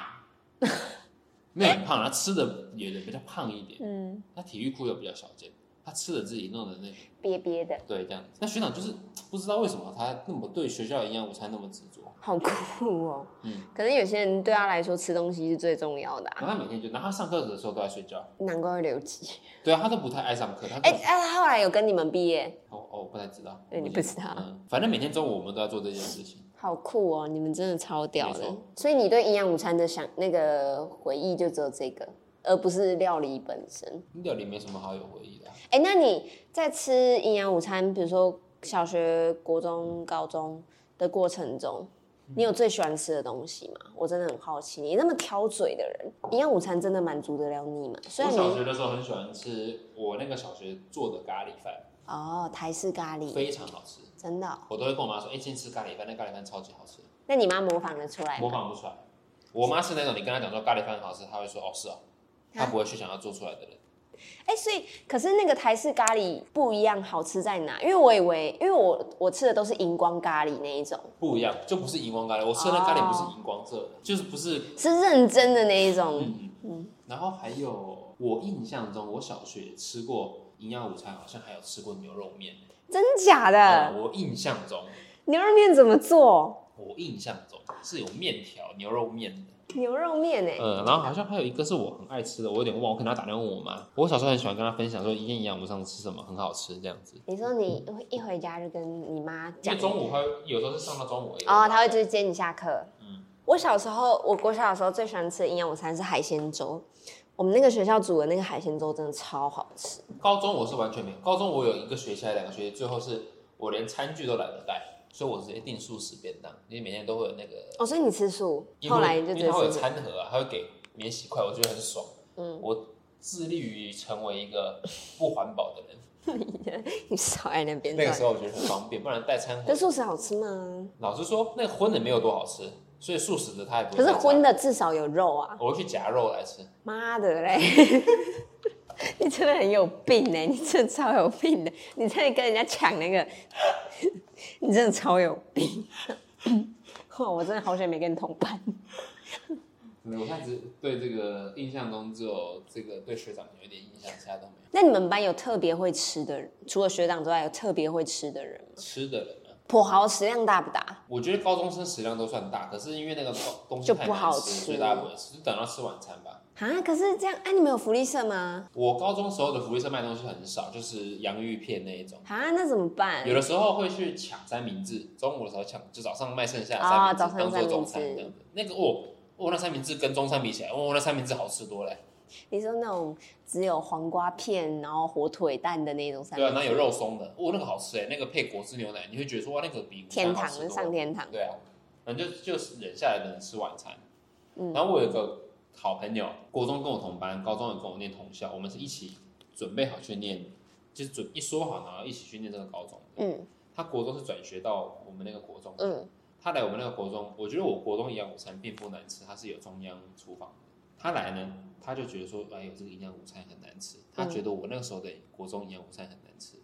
Speaker 1: 没有很胖，他吃的也比较胖一点，
Speaker 2: 嗯，
Speaker 1: 他体育裤又比较小件，他吃的自己弄的那个，
Speaker 2: 憋憋的，
Speaker 1: 对，这样子。那学长就是不知道为什么他那么对学校营养午餐那么执着，
Speaker 2: 好酷哦。
Speaker 1: 嗯，
Speaker 2: 可是有些人对他来说吃东西是最重要的、啊，
Speaker 1: 然后他每天就，然后他上课的时候都在睡觉，
Speaker 2: 难怪会留级。
Speaker 1: 对啊，他都不太爱上课，他
Speaker 2: 哎、
Speaker 1: 根
Speaker 2: 哎
Speaker 1: 本、
Speaker 2: 他后来有跟你们毕业，
Speaker 1: 哦哦，我不太知道，
Speaker 2: 对你不知道
Speaker 1: 嗯，反正每天中午我们都在做这件事情，
Speaker 2: 好酷哦！你们真的超屌
Speaker 1: 没
Speaker 2: 的
Speaker 1: 错。
Speaker 2: 所以你对营养午餐的想那个回忆就只有这个，而不是料理本身。
Speaker 1: 料理没什么好有回忆的啊、
Speaker 2: 哎、那你在吃营养午餐，比如说小学、国中、高中的过程中，你有最喜欢吃的东西吗？我真的很好奇，你那么挑嘴的人，营养午餐真的满足得了你吗？虽
Speaker 1: 我
Speaker 2: 然
Speaker 1: 小
Speaker 2: 你
Speaker 1: 学的时候很喜欢吃我那个小学做的咖喱饭，
Speaker 2: 哦，台式咖喱
Speaker 1: 非常好吃，
Speaker 2: 真的哦、
Speaker 1: 我都会跟我妈说，哎、今天吃咖喱饭，那咖喱饭超级好吃。
Speaker 2: 那你妈模仿得出来
Speaker 1: 模
Speaker 2: 吗？
Speaker 1: 仿不出来。我妈是那种你跟她讲说咖喱饭很好吃，她会说哦是哦，她不会去想要做出来的人。
Speaker 2: 哎、所以可是那个台式咖喱不一样，好吃在哪？因为我以为，因为我我吃的都是荧光咖喱那一种，
Speaker 1: 不一样，就不是荧光咖喱，我吃的那咖喱不是荧光色的，
Speaker 2: 啊
Speaker 1: 就是不是。
Speaker 2: 是认真的那一种。
Speaker 1: 嗯嗯。然后还有，我印象中我小学吃过营养午餐，好像还有吃过牛肉面。
Speaker 2: 真假的？
Speaker 1: 嗯我印象中，
Speaker 2: 牛肉面怎么做？
Speaker 1: 我印象中是有面条牛肉面的。
Speaker 2: 牛肉面哎、
Speaker 1: 嗯，然后好像还有一个是我很爱吃的，我有点忘，我可能要打电话问我妈。我小时候很喜欢跟她分享说，一天营养午餐吃什么很好吃这样子。
Speaker 2: 你说你一回家就跟你妈
Speaker 1: 因
Speaker 2: 讲
Speaker 1: 为，中午会有时候是上到中午而已。
Speaker 2: 哦，她会就是接你下课。
Speaker 1: 嗯
Speaker 2: 我小时候，我国小的时候最喜欢吃的营养午餐是海鲜粥。我们那个学校煮的那个海鲜粥真的超好吃，
Speaker 1: 高中我是完全没有，高中我有一个学期还是两个学期，最后是我连餐具都懒得带，所以我直接订素食便当，因为每天都会有那个，
Speaker 2: 哦，所以你吃素，
Speaker 1: 因为
Speaker 2: 后来就
Speaker 1: 因
Speaker 2: 觉
Speaker 1: 为它会有
Speaker 2: 得是，
Speaker 1: 餐盒啊，它会给免洗筷，我觉得很爽。
Speaker 2: 嗯，
Speaker 1: 我致力于成为一个不环保的人，
Speaker 2: 你少在那边。
Speaker 1: 那个时候我觉得很方便，不然带餐
Speaker 2: 那
Speaker 1: 盒，
Speaker 2: 素食好吃吗？
Speaker 1: 老实说，那个荤的没有多好吃，所以素食的它也不会
Speaker 2: 可
Speaker 1: 太
Speaker 2: 是
Speaker 1: 差
Speaker 2: 荤，的至少有肉啊！
Speaker 1: 我会去夹肉来吃，
Speaker 2: 妈的嘞， *laughs* 你真的很有病哎！你真的超有病的，你在跟人家抢那个， *laughs* 你真的超有病。 *laughs* 哇，我真的好久没跟你同班。
Speaker 1: 嗯我现在只对这个印象中只有这个对学长有一点印象，其他都没有。
Speaker 2: 那你们班有特别会吃的人，除了学长之外，有特别会吃的人吗？
Speaker 1: 吃的人呢、啊
Speaker 2: 跛豪食量大不大？
Speaker 1: 我觉得高中生食量都算大，可是因为那个东东西
Speaker 2: 就
Speaker 1: 太
Speaker 2: 不
Speaker 1: 难
Speaker 2: 好
Speaker 1: 吃，
Speaker 2: 吃
Speaker 1: 所以大家不会吃，就等到吃晚餐吧。
Speaker 2: 啊，可是这样，哎、你们有福利社吗？
Speaker 1: 我高中时候的福利社卖东西很少，就是洋芋片那一种，
Speaker 2: 啊，那怎么办
Speaker 1: 有？的时候会去抢三明治，中午的时候抢，就早上卖剩下的
Speaker 2: 哦
Speaker 1: 三明治、
Speaker 2: 早上
Speaker 1: 当做
Speaker 2: 三明
Speaker 1: 中
Speaker 2: 治
Speaker 1: 餐这样子。那个哦哦，那三明治跟中餐比起来，哦那三明治好吃多了。欸
Speaker 2: 你说那种只有黄瓜片，然后火腿蛋的那种三
Speaker 1: 对
Speaker 2: 明
Speaker 1: 啊，
Speaker 2: 治
Speaker 1: 然后有肉松的，哦那个好吃哎，那个配果汁牛奶，你会觉得说哇那个比午餐
Speaker 2: 天
Speaker 1: 好
Speaker 2: 堂
Speaker 1: 吃多了
Speaker 2: 上天堂，
Speaker 1: 对啊，反正就就是忍下来等吃晚餐。
Speaker 2: 嗯
Speaker 1: 然后我有一个好朋友，国中跟我同班，高中也跟我念同校，我们是一起准备好去念，就是准一说好，然后一起去念这个高中。
Speaker 2: 嗯
Speaker 1: 他国中是转学到我们那个国中，
Speaker 2: 嗯，
Speaker 1: 他来我们那个国中，我觉得我国中营养午餐并不难吃，它是有中央厨房的。他来呢，他就觉得说，哎呦，这个营养午餐很难吃。他觉得我那个时候的国中营养午餐很难吃，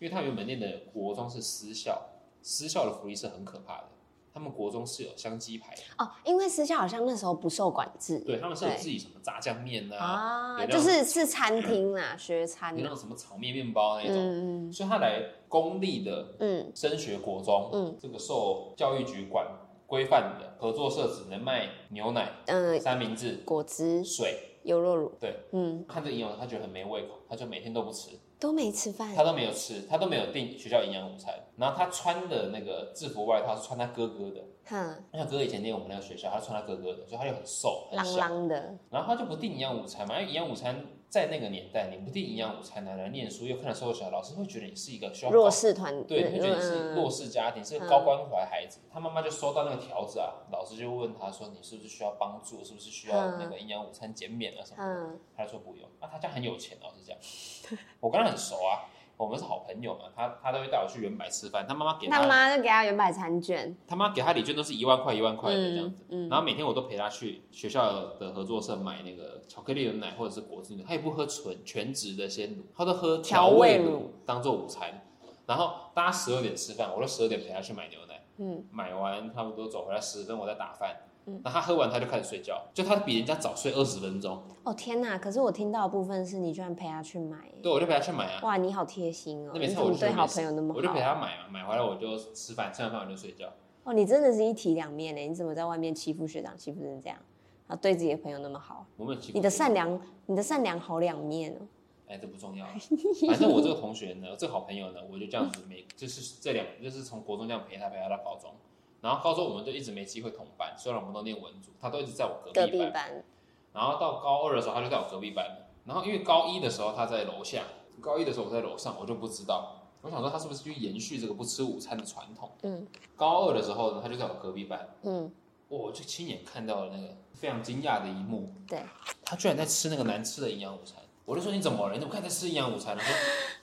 Speaker 1: 因为他原本念的国中是私校，私校的福利是很可怕的。他们国中是有香鸡排的，
Speaker 2: 哦，因为私校好像那时候不受管制，
Speaker 1: 对他们是有
Speaker 2: 对
Speaker 1: 自己什么炸酱面呐、
Speaker 2: 啊，
Speaker 1: 有那
Speaker 2: 就
Speaker 1: 种
Speaker 2: 是是餐厅啦，学餐
Speaker 1: 有那
Speaker 2: 啦，
Speaker 1: 种什么炒面面包那种。
Speaker 2: 啊嗯嗯
Speaker 1: 所以他来公立的
Speaker 2: 嗯，
Speaker 1: 升学国中，
Speaker 2: 嗯，
Speaker 1: 这个受教育局管规范的合作社只能卖牛奶、
Speaker 2: 嗯
Speaker 1: 三明治、
Speaker 2: 果汁、
Speaker 1: 水，
Speaker 2: 优酪乳，
Speaker 1: 对，
Speaker 2: 嗯，
Speaker 1: 看这营养，他觉得很没胃口，他就每天都不吃，
Speaker 2: 都没吃饭
Speaker 1: 他，都没有吃，他都没有订学校营养午餐。然后他穿的那个制服外套是穿他哥哥的，
Speaker 2: 哈，
Speaker 1: 因为他哥以前念我们那个学校，他穿他哥哥的，所以他就很瘦很
Speaker 2: 啷
Speaker 1: 小。
Speaker 2: 啷的，
Speaker 1: 然后他就不订营养午餐嘛，因为营养午餐在那个年代，你不定营养午餐拿来念书，又看了社会学，老师会觉得你是一个需要高
Speaker 2: 弱势团
Speaker 1: 对，你会觉得你是弱
Speaker 2: 嗯
Speaker 1: 势家庭，是个高关怀孩子。他妈妈就收到那个条子啊，老师就问他说：“你是不是需要帮助？是不是需要
Speaker 2: 嗯
Speaker 1: 那个营养午餐减免啊什么的？”
Speaker 2: 嗯
Speaker 1: 他就说不用。那、他家很有钱，老哦师讲，我跟他很熟啊，我们是好朋友嘛。他他都会带我去原百吃饭，他妈妈给
Speaker 2: 他
Speaker 1: 他
Speaker 2: 妈就给他原版餐券，
Speaker 1: 他妈给他礼券都是一万块一万块的这样
Speaker 2: 嗯
Speaker 1: 子。
Speaker 2: 嗯，
Speaker 1: 然后每天我都陪他去学校的合作社买那个巧克力牛奶或者是果汁牛奶，他也不喝纯全脂的鲜乳，他都喝调味
Speaker 2: 调味
Speaker 1: 乳
Speaker 2: 乳
Speaker 1: 当做午餐。然后大家十二点吃饭，我就十二点陪他去买牛奶，
Speaker 2: 嗯，
Speaker 1: 买完差不多走回来十分，我再打饭。
Speaker 2: 嗯
Speaker 1: 那他喝完他就开始睡觉，就他比人家早睡二十分钟。
Speaker 2: 哦天哪！可是我听到的部分是你居然陪他去买，
Speaker 1: 对，我就陪他去买啊。
Speaker 2: 哇，你好贴心哦！
Speaker 1: 那每
Speaker 2: 你
Speaker 1: 次
Speaker 2: 怎
Speaker 1: 我
Speaker 2: 么
Speaker 1: 就
Speaker 2: 对好朋友那么
Speaker 1: 我就陪
Speaker 2: 好？啊
Speaker 1: 他买嘛，啊买回来我就吃饭，吃完饭我就睡觉。
Speaker 2: 哦，你真的是一体两面呢！你怎么在外面欺负学长欺负成这样，然后对自己的朋友那么好？
Speaker 1: 我们有欺负
Speaker 2: 你的
Speaker 1: 过
Speaker 2: 善良，你的善良好两面哦。
Speaker 1: 哎，这不重要。反正我这个同学呢， *laughs* 这个好朋友呢，我就这样子每就是这两就是从国中这样陪他陪他到高中，然后高中我们就一直没机会同班，虽然我们都念文组，他都一直在我隔
Speaker 2: 隔
Speaker 1: 壁
Speaker 2: 壁
Speaker 1: 班。
Speaker 2: 班，
Speaker 1: 然后到高二的时候，他就在我隔壁班了。然后因为高一的时候他在楼下，高一的时候我在楼上，我就不知道。我想说他是不是去延续这个不吃午餐的传统？
Speaker 2: 嗯
Speaker 1: 高二的时候呢，他就在我隔壁班，
Speaker 2: 嗯，
Speaker 1: 哇我就亲眼看到了那个非常惊讶的一幕，
Speaker 2: 对，
Speaker 1: 他居然在吃那个难吃的营养午餐。我就说你怎么了？你怎么看在吃营养午餐？他说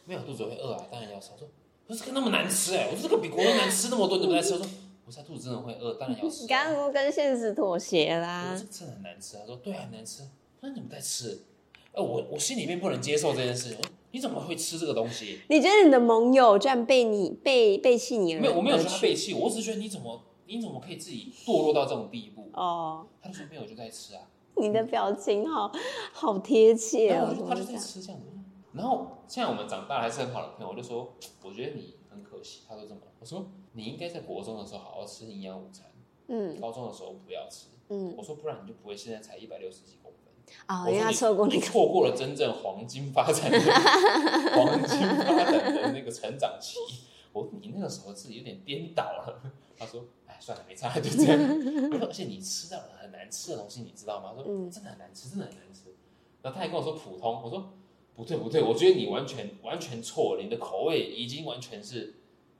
Speaker 1: 没有，肚子会饿啊，当然要吃。我说我说这个那么难吃哎、我说这个比国中难吃那么多，你怎么在吃？他说不是啊，肚子真的会饿，当然要
Speaker 2: *laughs*
Speaker 1: 吃、
Speaker 2: 你刚刚
Speaker 1: 啊。
Speaker 2: 说跟现实妥协
Speaker 1: 我
Speaker 2: 啦
Speaker 1: 说这，个真的很难吃。他说对啊，很难吃。那你怎么在吃？呃，我我心里面不能接受这件事情。我说你怎么会吃这个东西？
Speaker 2: 你觉得你的盟友居然被你背背弃你而
Speaker 1: 没有，我没有
Speaker 2: 而
Speaker 1: 说他
Speaker 2: 去
Speaker 1: 背弃，我只是觉得你怎么你怎么可以自己堕落到这种地步？
Speaker 2: 哦，
Speaker 1: 他就说没有，我就在吃啊。
Speaker 2: 你的表情好好贴切
Speaker 1: 然后
Speaker 2: 哦
Speaker 1: 我，
Speaker 2: 怎
Speaker 1: 就
Speaker 2: 么
Speaker 1: 他
Speaker 2: 会
Speaker 1: 就
Speaker 2: 这
Speaker 1: 在
Speaker 2: 样？
Speaker 1: 吃这样子。然后现在我们长大了还是很好的朋友，我就说，我觉得你很可惜。他说怎么了？我说你应该在国中的时候好好吃营养午餐，
Speaker 2: 嗯
Speaker 1: 高中的时候不要吃。
Speaker 2: 嗯
Speaker 1: 我说不然你就不会现在才一百六十几公分，
Speaker 2: 啊，
Speaker 1: 我
Speaker 2: 因
Speaker 1: 说
Speaker 2: 为他
Speaker 1: 你
Speaker 2: 错过那
Speaker 1: 你
Speaker 2: 个，
Speaker 1: 错过了真正黄金发展的黄金发展的那个成长期。我说你那个时候是有点颠倒了。他说哎算了没差就这样。我说而且你吃到了很难吃的东西，你知道吗？他说
Speaker 2: 嗯
Speaker 1: 真的很难吃，真的很难吃。然后他也跟我说普通，我说不对不对，我觉得你完全完全错了，你的口味已经完全是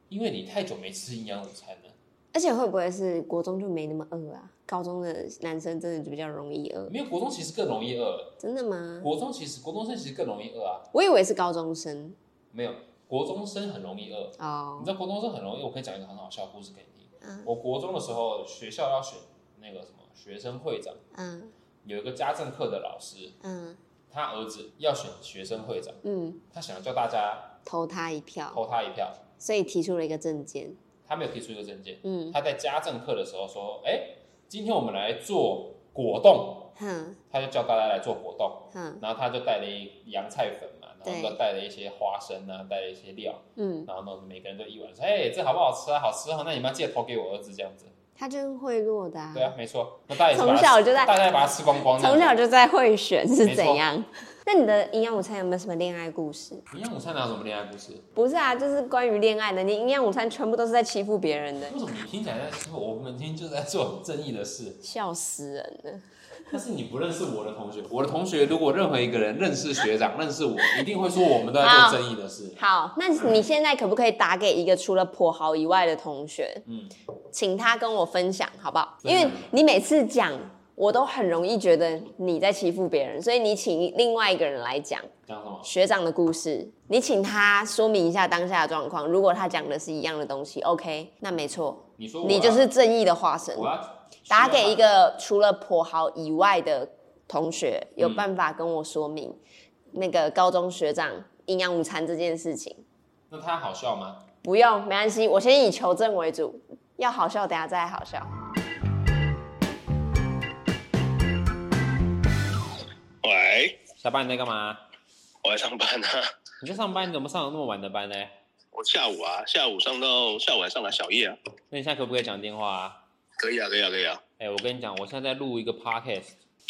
Speaker 1: 因为你太久没吃营养午餐了，
Speaker 2: 而且会不会是国中就没那么饿啊？高中的男生真的就比较容易饿，
Speaker 1: 没有国中其实更容易饿，
Speaker 2: 真的吗？
Speaker 1: 国中其实国中生其实更容易饿啊，
Speaker 2: 我以为是高中生
Speaker 1: 没有国中生很容易饿，你
Speaker 2: 哦，
Speaker 1: 知道国中生很容易，我可以讲一个很好笑的故事给你听。
Speaker 2: 嗯
Speaker 1: 我国中的时候，学校要选那个什么学生会长，
Speaker 2: 嗯
Speaker 1: 有一个家政课的老师，
Speaker 2: 嗯
Speaker 1: 他儿子要选学生会长，
Speaker 2: 嗯，
Speaker 1: 他想要叫大家
Speaker 2: 投他一票，
Speaker 1: 投他一票，
Speaker 2: 所以提出了一个证件，
Speaker 1: 他没有提出一个证件。
Speaker 2: 嗯
Speaker 1: 他在家政课的时候说：“哎、今天我们来做果冻。
Speaker 2: 哼”
Speaker 1: 他就叫大家来做果冻，
Speaker 2: 哼
Speaker 1: 然后他就带了一洋菜粉嘛，然后
Speaker 2: 对
Speaker 1: 又带了一些花生啊，带了一些料，
Speaker 2: 嗯，
Speaker 1: 然后呢，每个人都一碗说：“哎、这好不好吃啊？好吃哦，那你们要记得投给我儿子这样子。
Speaker 2: 他真贿赂的、啊
Speaker 1: 对啊，没错。那大家也是把
Speaker 2: 从
Speaker 1: 它
Speaker 2: 小
Speaker 1: 吃
Speaker 2: 就在
Speaker 1: 大家也把它吃光光这样
Speaker 2: 从
Speaker 1: 子。
Speaker 2: 小就在会选是
Speaker 1: 没错
Speaker 2: 怎样？那你的营养午餐有没有什么恋爱故事？
Speaker 1: 营养午餐哪有什么恋爱故事？
Speaker 2: 不是啊，就是关于恋爱的。你营养午餐全部都是在欺负别人的，
Speaker 1: 为什么你听起来在说我们今天就是在做很正义的事？
Speaker 2: 笑死人了。
Speaker 1: 但是你不认识我的同学，我的同学如果任何一个人认识学长、认识我，一定会说我们都在做正义的事。
Speaker 2: 好，那你现在可不可以打给一个除了跛豪以外的同学，
Speaker 1: 嗯，
Speaker 2: 请他跟我分享好不好？
Speaker 1: 真
Speaker 2: 因
Speaker 1: 的
Speaker 2: 为你每次讲，我都很容易觉得你在欺负别人，所以你请另外一个人来讲
Speaker 1: 讲什么？
Speaker 2: 学长的故事，你请他说明一下当下的状况。如果他讲的是一样的东西，OK，那没错，
Speaker 1: 你说我要
Speaker 2: 你就是正义的化身。
Speaker 1: 我要
Speaker 2: 打给一
Speaker 1: 个
Speaker 2: 个除了跛豪以外的同学，有办法跟我说明、
Speaker 1: 嗯
Speaker 2: 那个高中学长营养午餐这件事情？
Speaker 1: 那他好笑吗？
Speaker 2: 不用，没关系，我先以求证为主，要好笑等下再好笑。
Speaker 3: 喂，
Speaker 1: 下班你在干嘛？
Speaker 3: 我在上班啊， *laughs*
Speaker 1: 你在上班，你怎么上了那么晚的班呢？
Speaker 3: 我下午啊，下午上到下午还上来小夜啊，
Speaker 1: 那你现在可不可以讲电话啊？
Speaker 3: 可以啊，可以啊，可以啊，
Speaker 1: 哎、我跟你讲，我现在在录一个 podcast，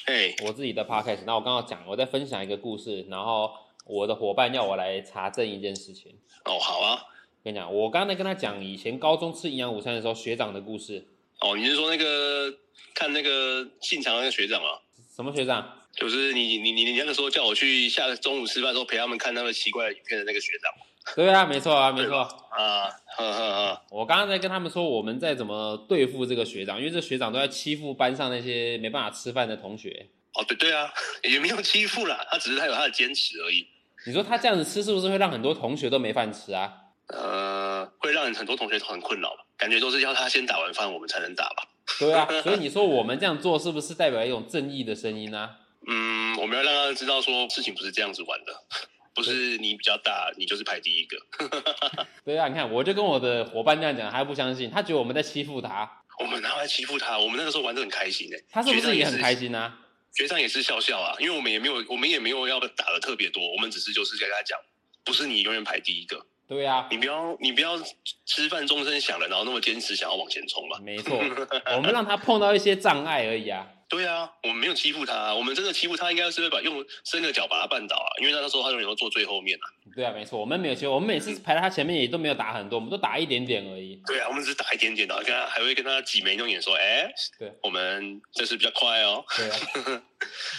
Speaker 3: 嘿，
Speaker 1: 我自己的 podcast。那我刚刚讲，我在分享一个故事，然后我的伙伴要我来查证一件事情。
Speaker 3: 哦，好啊，
Speaker 1: 跟你讲，我刚才跟他讲以前高中吃营养午餐的时候学长的故事。
Speaker 3: 哦，你是说那个看那个信长那个学长啊？
Speaker 1: 什么学长？
Speaker 3: 就是你你你你那个时候叫我去下个中午吃饭的时候陪他们看他们奇怪的影片的那个学长
Speaker 1: 对啊，没错啊，没错。
Speaker 3: 啊，呵呵呵，
Speaker 1: 我刚刚在跟他们说我们在怎么对付这个学长，因为这学长都在欺负班上那些没办法吃饭的同学。
Speaker 3: 哦对对啊， *laughs* 也没有欺负啦，他只是他有他的坚持而已。
Speaker 1: 你说他这样子吃是不是会让很多同学都没饭吃啊？
Speaker 3: 呃，会让很多同学都很困扰吧，感觉都是要他先打完饭我们才能打吧。
Speaker 1: 对啊，所以你说我们这样做是不是代表一种正义的声音呢、啊
Speaker 3: 嗯，我们要让他知道说事情不是这样子玩的，不是你比较大，你就是排第一个。
Speaker 1: 对啊，你看我就跟我的伙伴这样讲，他还不相信，他觉得我们在欺负他，
Speaker 3: 我们哪来欺负他？我们那个时候玩的很开心呢、
Speaker 1: 他是不
Speaker 3: 学长
Speaker 1: 是也很开
Speaker 3: 是？
Speaker 1: 心啊？
Speaker 3: 学长也是笑笑啊，因为我们也没有，我们也没有要打的特别多，我们只是就是跟他讲，不是你永远排第一个，
Speaker 1: 对啊，
Speaker 3: 你不要你不要吃饭钟声响了，然后那么坚持想要往前冲嘛。
Speaker 1: 没错，我们让他碰到一些障碍而已啊。
Speaker 3: 对啊，我们没有欺负他、我们真的欺负他，应该是会把用伸个脚把他绊倒啊，因为那时候他永远都坐最后面啊。
Speaker 1: 对啊，没错，我们没有欺负，我们每次排在他前面也都没有打很多，我们都打一点点而已。
Speaker 3: 对啊，我们只是打一点点，然后跟他还会跟他挤眉弄眼说，哎、
Speaker 1: 对，
Speaker 3: 我们这次比较快哦。
Speaker 1: 对啊，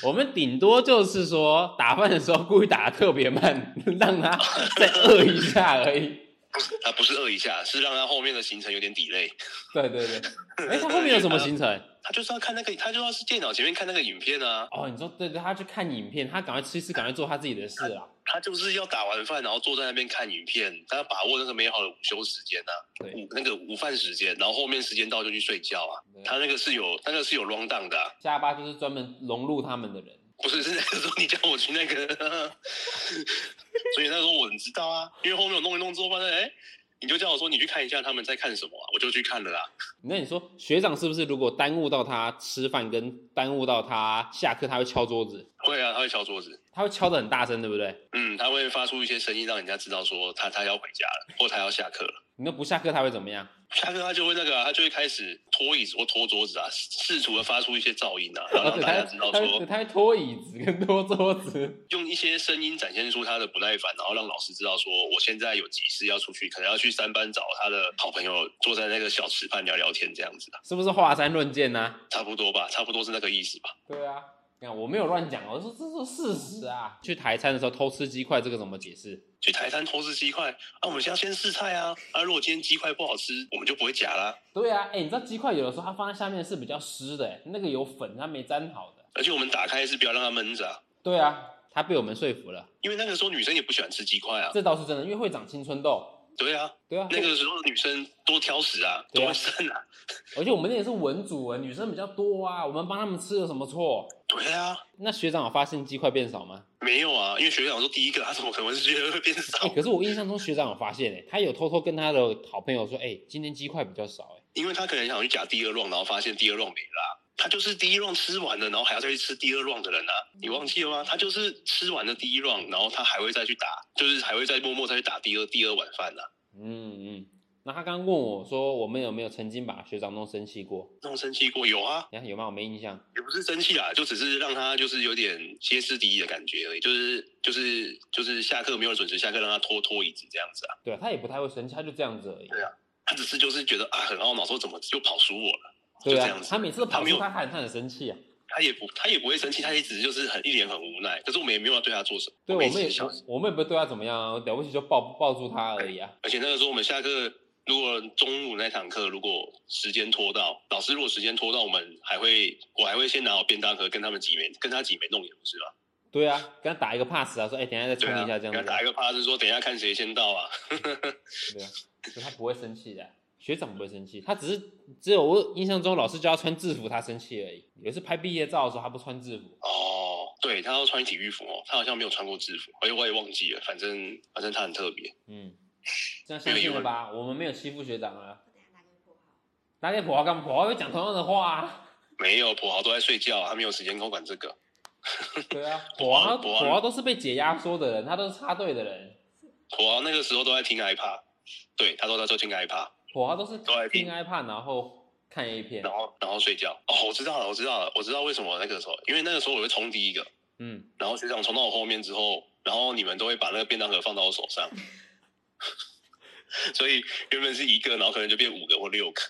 Speaker 1: 我们顶多就是说打饭的时候故意打得特别慢，让他再饿一下而已。
Speaker 3: 他不是饿一下，是让他后面的行程有点 delay。
Speaker 1: 对对对，哎，他后面有什么行程？
Speaker 3: 他就是要看那个，他就要是电脑前面看那个影片啊，
Speaker 1: 哦，你说对对，他去看影片，他赶快吃一吃，赶快做他自己的事啊。
Speaker 3: 他就是要打完饭，然后坐在那边看影片，他要把握那个美好的午休时间啊，
Speaker 1: 对
Speaker 3: 午那个午饭时间，然后后面时间到就去睡觉啊
Speaker 1: 对。
Speaker 3: 他那个是有，他那个是有 round down 的啊、
Speaker 1: 下巴就是专门融入他们的人。
Speaker 3: 不是，是那个时候你叫我去那个，所以那时候我很知道啊，因为后面我弄一弄之后发现，哎、你就叫我说你去看一下他们在看什么、啊，我就去看了啊。
Speaker 1: 那你说学长是不是如果耽误到他吃饭跟耽误到他下课，他会敲桌子，
Speaker 3: 会啊，他会敲桌子，
Speaker 1: 他会敲得很大声，对不对？
Speaker 3: 嗯，他会发出一些声音，让人家知道说他他要回家了，或他要下课了。
Speaker 1: 你那不下课他会怎么样？
Speaker 3: 下课他就会那个啊、他就会开始拖椅子或拖桌子啊，试图的发出一些噪音啊，然后
Speaker 1: 哦
Speaker 3: 让
Speaker 1: 对
Speaker 3: 大家
Speaker 1: 他
Speaker 3: 知道
Speaker 1: 他会
Speaker 3: 说，
Speaker 1: 他会拖椅子跟拖桌子。
Speaker 3: 用一些声音展现出他的不耐烦，然后让老师知道说我现在有急事要出去，可能要去三班找他的好朋友，坐在那个小池畔聊聊天这样子啊。
Speaker 1: 是不是华山论剑呢、
Speaker 3: 差不多吧，差不多是那个意思吧。
Speaker 1: 对啊，你看我没有乱讲哦，我说这是事实啊。去台餐的时候偷吃鸡块，这个怎么解释？
Speaker 3: 去台餐偷吃鸡块啊，我们先先试菜啊，啊，如果今天鸡块不好吃，我们就不会夹啦。
Speaker 1: 对啊，哎，你知道鸡块有的时候它放在下面是比较湿的，那个有粉，它没沾好的。
Speaker 3: 而且我们打开是不要让它闷着啊，
Speaker 1: 对啊，他被我们说服了，
Speaker 3: 因为那个时候女生也不喜欢吃鸡块啊。
Speaker 1: 这倒是真的，因为会长青春痘。
Speaker 3: 对啊，
Speaker 1: 对啊，
Speaker 3: 那个时候女生多挑食啊，
Speaker 1: 对啊
Speaker 3: 多会剩啊。
Speaker 1: 而且我们那也是文组啊，女生比较多啊，我们帮他们吃有什么错？
Speaker 3: 对啊，
Speaker 1: 那学长有发现鸡块变少吗？
Speaker 3: 没有啊，因为学长说第一个，他怎么可能会觉得会变
Speaker 1: 哎、
Speaker 3: 少？
Speaker 1: 可是我印象中学长有发现哎、他有偷偷跟他的好朋友说，哎、今天鸡块比较少哎、
Speaker 3: 因为他可能想去夹第二 round，然后发现第二 round 没啦、他就是第一 round 吃完了，然后还要再去吃第二 round 的人啊！
Speaker 1: 嗯
Speaker 3: 你忘记了吗？他就是吃完了第一 round，然后他还会再去打，就是还会再默默再去打第二第二碗饭啊。
Speaker 1: 嗯嗯。那他刚刚问我说，我们有没有曾经把学长弄生气过？
Speaker 3: 那种生气过有啊，
Speaker 1: 你看有吗？我没印象。
Speaker 3: 也不是生气啊啦，就只是让他就是有点歇斯底里的感觉而已，就是就是就是下课没有准时下课，让他拖拖椅子这样子啊。
Speaker 1: 对啊，他也不太会生气，他就这样子而已。
Speaker 3: 对啊他只是就是觉得啊很懊恼，说怎么又跑输我了，就
Speaker 1: 对
Speaker 3: 这
Speaker 1: 啊
Speaker 3: 样，子。
Speaker 1: 他每次都跑
Speaker 3: 他没
Speaker 1: 出
Speaker 3: 有
Speaker 1: 他喊，他很生气啊。
Speaker 3: 他也不他也不会生气，他也只是就是很一脸很无奈。可是我们也没有要对他做什么，
Speaker 1: 对，我
Speaker 3: 我
Speaker 1: 们也
Speaker 3: 也想
Speaker 1: 我，我们也不会对他怎么样啊，了不起就抱抱住他而已啊。
Speaker 3: 而且那个时候我们下课。如果中午那堂课如果时间拖到，老师如果时间拖到，我们还会我还会先拿好便当盒跟他们挤眉跟他挤眉弄眼，不是吗？
Speaker 1: 对啊，跟他打一个 pass 啊，说哎、等一下再
Speaker 3: 对
Speaker 1: 冲
Speaker 3: 啊，
Speaker 1: 一下这样
Speaker 3: 给他
Speaker 1: 子啊。
Speaker 3: 打一个 pass 说等一下看谁先到啊。 *laughs*
Speaker 1: 对啊，所以他不会生气的啊、学长不会生气，他只是只有我印象中老师叫他穿制服，他生气而已。有一次拍毕业照的时候，他不穿制服，
Speaker 3: 哦，对，他要穿体育服哦，他好像没有穿过制服，哎，我也忘记了，反正反正他很特别。
Speaker 1: 嗯，这样相信了吧？我们没有欺负学长啊。打给普华干嘛？普华会讲同样的话、
Speaker 3: *laughs*
Speaker 1: 啊。
Speaker 3: 没有，跛豪都在睡觉，啊他没有时间跟我管这个。
Speaker 1: 对啊，普华普
Speaker 3: 普华
Speaker 1: 华都是被解压缩的人，他都是插队的人。
Speaker 3: 跛豪那个时候都在听 iPad，对，他说他都听 iPad，
Speaker 1: 我啊都是
Speaker 3: 都在
Speaker 1: 听
Speaker 3: 听
Speaker 1: iPad，然后看 A 片
Speaker 3: 然。后然后睡觉。哦，我知道了，我知道了，我知道为什么那个时候，因为那个时候我会冲第一个，
Speaker 1: 嗯，
Speaker 3: 然后学长冲到我后面之后，然后你们都会把那个便当盒放到我手上， *laughs* 所以原本是一个，然后可能就变五个或六个。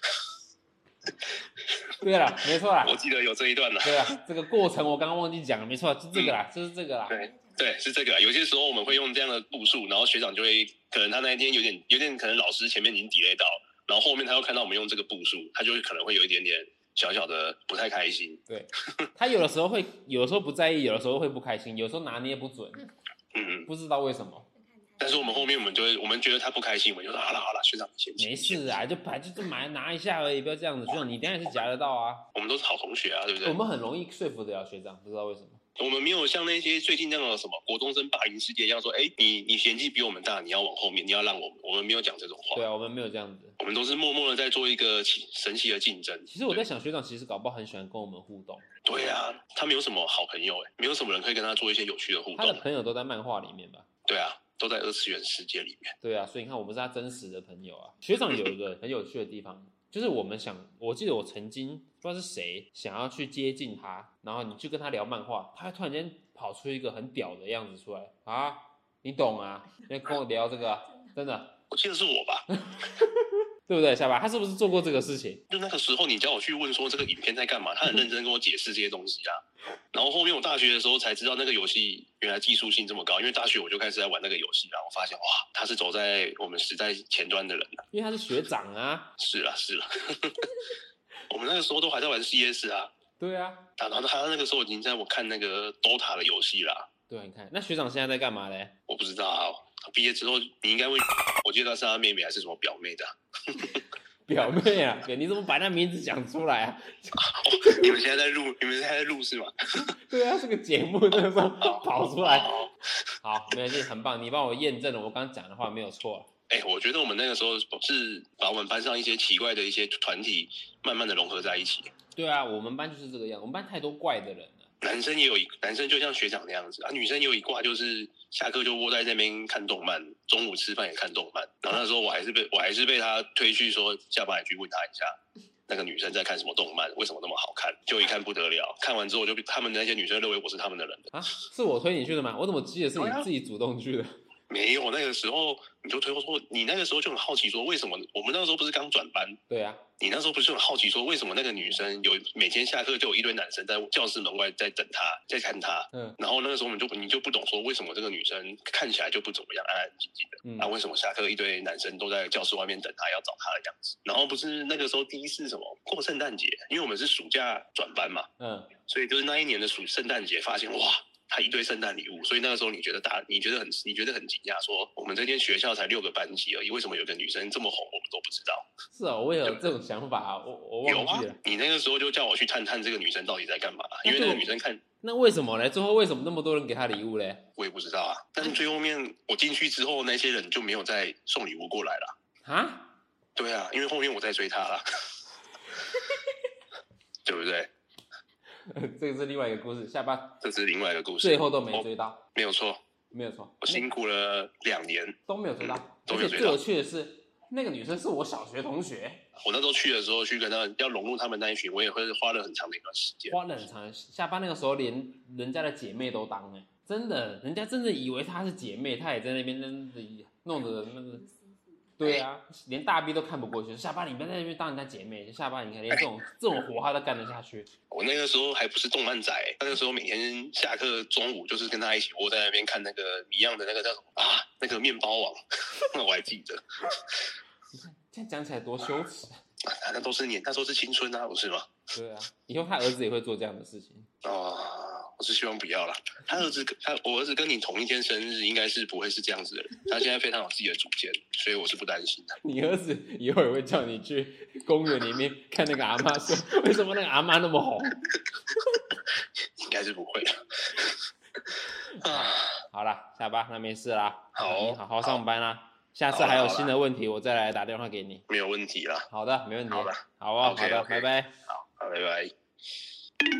Speaker 1: 对啦，没错啦，
Speaker 3: 我记得有这一段啦。
Speaker 1: 对啦，这个过程我刚刚忘记讲了，没错，是这个啦，就是这个啦。
Speaker 3: 对对，是这个啦。啊有些时候我们会用这样的步数，然后学长就会可能他那一天有点有点可能老师前面已经 delay 到，然后后面他又看到我们用这个步数，他就会可能会有一点点小小的不太开心。
Speaker 1: 他有的时候会，有的时候不在意，有的时候会不开心，有时候拿捏不准，
Speaker 3: 嗯，
Speaker 1: 不知道为什么。
Speaker 3: 但是我们后面我们就会我们觉得他不开心，我们就说好了好了，学长你先
Speaker 1: 没事啊，就摆就就买拿一下而已，不要这样子。学长，你当然是夹得到啊。
Speaker 3: 我们都是好同学啊，对不对？
Speaker 1: 我们很容易说服得了学长，不知道为什么。
Speaker 3: 我们没有像那些最近那种什么国中生霸凌事件一样说，哎，你你年纪比我们大，你要往后面，你要让我们，我们没有讲这种话，
Speaker 1: 对啊，我们没有这样子。
Speaker 3: 我们都是默默的在做一个奇神奇的竞争。
Speaker 1: 其实我在想，学长其实搞不好很喜欢跟我们互动，
Speaker 3: 对啊，他没有什么好朋友哎，没有什么人可以跟他做一些有趣的互
Speaker 1: 他的
Speaker 3: 动，
Speaker 1: 朋友都在漫画里面吧？
Speaker 3: 对啊，都在二次元世界里面。
Speaker 1: 对啊，所以你看，我们是他真实的朋友啊。 *laughs* 学长有一个很有趣的地方，就是我们想，我记得我曾经不知道是谁想要去接近他，然后你去跟他聊漫画，他突然间跑出一个很屌的样子出来啊，你懂啊？你跟我聊这个啊，真的
Speaker 3: 我记得是我吧，
Speaker 1: 对不对？下巴，他是不是做过这个事情？
Speaker 3: 就那个时候你叫我去问说这个影片在干嘛，他很认真跟我解释这些东西啊。然后后面我大学的时候才知道那个游戏原来技术性这么高，因为大学我就开始在玩那个游戏，然啊后我发现哇，他是走在我们时代前端的人啊。
Speaker 1: 因为他是学长啊，
Speaker 3: 是啊，是啊， *laughs* 我们那个时候都还在玩 CS 啊，
Speaker 1: 对啊，
Speaker 3: 然后他那个时候已经在我看那个 DOTA 的游戏啦。
Speaker 1: 对啊，你看那学长现在在干嘛嘞？
Speaker 3: 我不知道、啊，毕业之后你应该会，我记得他是他妹妹还是什么表妹的啊、
Speaker 1: 表妹啊，你怎么把那名字讲出来啊？
Speaker 3: 哦，你们现在在录，你们现在在录是吗？
Speaker 1: 对啊，这个节目那个时候跑出来，
Speaker 3: 哦，
Speaker 1: 好，没有，这很棒，你帮我验证了我刚刚讲的话没有错。
Speaker 3: 哎、我觉得我们那个时候是把我们班上一些奇怪的一些团体慢慢的融合在一起。
Speaker 1: 对啊，我们班就是这个样，我们班太多怪的人了。
Speaker 3: 男生也有一，男生就像学长那样子啊，女生也有一挂，就是下课就窝在那边看动漫，中午吃饭也看动漫。然后那时候我还是被我还是被他推去说，下班也去问他一下，那个女生在看什么动漫，为什么那么好看？就一看不得了，看完之后就被他们那些女生认为我是他们的人了。
Speaker 1: 啊，是我推你去的吗？我怎么记得是你
Speaker 3: 哎
Speaker 1: 自己主动去的？
Speaker 3: 没有，那个时候你就推我说，你那个时候就很好奇说，为什么我们那个时候不是刚转班，
Speaker 1: 对啊，
Speaker 3: 你那时候不是很好奇说，为什么那个女生有每天下课就有一堆男生在教室门外在等她，在看她？
Speaker 1: 嗯
Speaker 3: 然后那个时候我们就你就不懂说，为什么这个女生看起来就不怎么样，安安静静的，
Speaker 1: 嗯
Speaker 3: 那、，为什么下课一堆男生都在教室外面等她，要找她的样子？然后不是那个时候第一次什么过圣诞节，因为我们是暑假转班嘛，
Speaker 1: 嗯，
Speaker 3: 所以就是那一年的暑圣诞节，发现哇。她一堆圣诞礼物，所以那个时候你觉得大，你觉得很，你觉得很惊讶，说我们这间学校才六个班级而已，为什么有个女生这么红，我们都不知道？
Speaker 1: 是啊、我也有这种想法、啊，我我
Speaker 3: 有
Speaker 1: 忘
Speaker 3: 啊
Speaker 1: 记了。，
Speaker 3: 你那个时候就叫我去探探这个女生到底在干嘛，因为那个女生看
Speaker 1: 那为什么嘞？最后为什么那么多人给他礼物嘞？
Speaker 3: 我也不知道啊。但是
Speaker 1: 嗯
Speaker 3: 最后面我进去之后，那些人就没有再送礼物过来了。
Speaker 1: 啊？
Speaker 3: 对啊，因为后面我在追她了， *laughs* 对不对？
Speaker 1: *laughs* 这个是另外一个故事，下巴
Speaker 3: 这是另外一个故事。
Speaker 1: 最后都没追到，
Speaker 3: 没有错，
Speaker 1: 没有错，哎
Speaker 3: 我辛苦了两年。
Speaker 1: 都没有追到。
Speaker 3: 都
Speaker 1: 而
Speaker 3: 没有
Speaker 1: 且
Speaker 3: 嗯追
Speaker 1: 最
Speaker 3: 到
Speaker 1: 有趣的是，那个女生是我小学同学，
Speaker 3: 我那时候去的时候，去跟他们要融入他们那一群，我也会花了很长的一段时间。
Speaker 1: 花了很长的时下班那个时候，连人家的姐妹都当哎、真的，人家真的以为她是姐妹，她也在那边真的弄得那个， *laughs* 对啊，
Speaker 3: 哎
Speaker 1: 连大 B 都看不过去。下班你不要在那边当人家姐妹，下班你看连这
Speaker 3: 哎
Speaker 1: 种这种活她都干得下去，
Speaker 3: 我那个时候还不是动漫仔，欸那个时候每天下课中午就是跟他一起窝在那边看那个一样的那个叫什么啊，那个面包王， *laughs* 那我还记得，
Speaker 1: 这样讲起来多羞耻。
Speaker 3: 啊那都是年，那时候是青春啊，不是吗？
Speaker 1: 对啊，以后她儿子也会做这样的事情。
Speaker 3: 啊，我是希望不要啦。他儿子跟他我儿子跟你同一天生日，应该是不会是这样子的人。他现在非常有自己的主见，所以我是不担心的。
Speaker 1: 你儿子以后也会叫你去公园里面看那个阿妈，说为什么那个阿妈那么红？
Speaker 3: 应该是不会的。啊，
Speaker 1: 好啦，下班那没事啦，
Speaker 3: 好
Speaker 1: 你好好上班啦。下次
Speaker 3: 好啦
Speaker 1: 还有
Speaker 3: 好啦
Speaker 1: 新的问题，我再来打电话给你。
Speaker 3: 没有问题啦。
Speaker 1: 好的，没问题。
Speaker 3: 好的，
Speaker 1: 好啊，好的拜
Speaker 3: OK，OK
Speaker 1: 拜。
Speaker 3: 好，拜拜。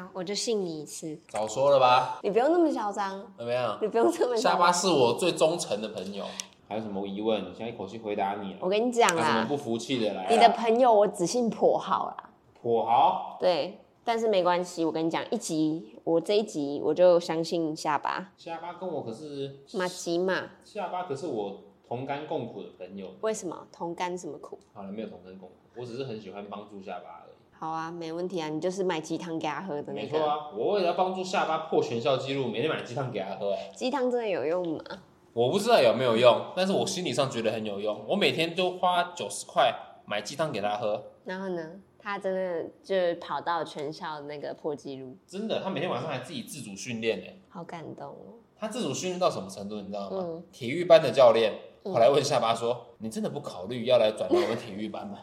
Speaker 2: 好，我就信你一次，
Speaker 4: 早说了吧，
Speaker 2: 你不用那么嚣张，
Speaker 4: 怎么样？
Speaker 2: 你不用这么
Speaker 4: 下
Speaker 2: 嚣
Speaker 4: 巴
Speaker 2: 张。
Speaker 4: 是我最忠诚的朋友，
Speaker 1: 还有什么疑问？我现在一口气回答你了。啊
Speaker 2: 我跟你讲
Speaker 1: 有什么
Speaker 2: 啦，
Speaker 1: 不服气的来啊？
Speaker 2: 你的朋友我只信跛号啦，
Speaker 1: 土豪
Speaker 2: 对，但是没关系，我跟你讲，一集我这一集我就相信下巴
Speaker 1: 下巴跟我可是
Speaker 2: 马吉嘛，
Speaker 1: 下巴可是我同甘共苦的朋友。
Speaker 2: 为什么同甘什么苦？
Speaker 1: 好了，没有同甘共苦，我只是很喜欢帮助下巴而已。
Speaker 2: 好啊，没问题啊，你就是买鸡汤给他喝的那
Speaker 1: 没
Speaker 2: 个。
Speaker 1: 错啊，我为了要帮助下巴破全校纪录，每天买鸡汤给他喝、哎
Speaker 2: 鸡汤真的有用吗？
Speaker 4: 欸我不知道有没有用，但是我心理上觉得很有用。我每天都花九十块买鸡汤给他喝，
Speaker 2: 然后呢，他真的就跑到全校那个破纪录，
Speaker 4: 真的，他每天晚上还自己自主训练呢。欸
Speaker 2: 好感动哦。
Speaker 4: 他自主训练到什么程度，你知道吗？
Speaker 2: 嗯
Speaker 4: 体育班的教练
Speaker 2: 嗯
Speaker 4: 跑来问下巴说：“你真的不考虑要来转到我们体育班吗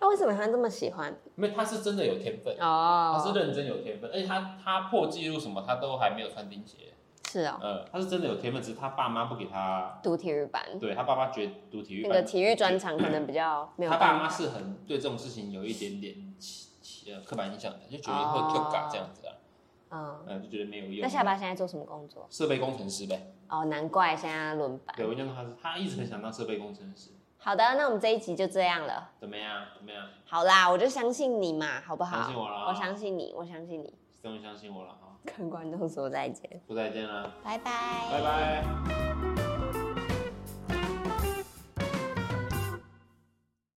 Speaker 2: 那为什么他这么喜欢？？”
Speaker 4: 因为他是真的有天分，他是
Speaker 2: 哦，
Speaker 4: 认真有天分，而且他他破纪录什么，他都还没有穿钉鞋。
Speaker 2: 是哦，
Speaker 1: 呃，他是真的有天分，只是他爸妈不给他，
Speaker 2: 读体育班，
Speaker 1: 对他爸妈觉得读体育
Speaker 2: 那
Speaker 1: 班，
Speaker 2: 个体育专场可能比较没有
Speaker 1: 他
Speaker 2: 办
Speaker 1: 爸
Speaker 2: 法。
Speaker 1: 妈是很对这种事情有一点点起起呃刻板印象的，就觉得会 Q 嘎这样子啊，
Speaker 2: 嗯，
Speaker 1: 呃，就觉得没有用。
Speaker 2: 那下巴现在做什么工作？
Speaker 1: 设备工程师呗，
Speaker 2: 哦，难怪现在轮班
Speaker 1: 对。我印象中他是他一直很想当设备工程师，
Speaker 2: 好的，那我们这一集就这样了。
Speaker 1: 怎么样？怎么样？
Speaker 2: 好啦，我就相信你嘛，好不好？
Speaker 1: 相信我啦
Speaker 2: 我相信你，我相
Speaker 1: *laughs*
Speaker 2: 信你。
Speaker 1: 终于相信我了哈，
Speaker 2: 跟观众说再见，
Speaker 1: 不再见了，
Speaker 2: 拜拜，
Speaker 1: 拜拜。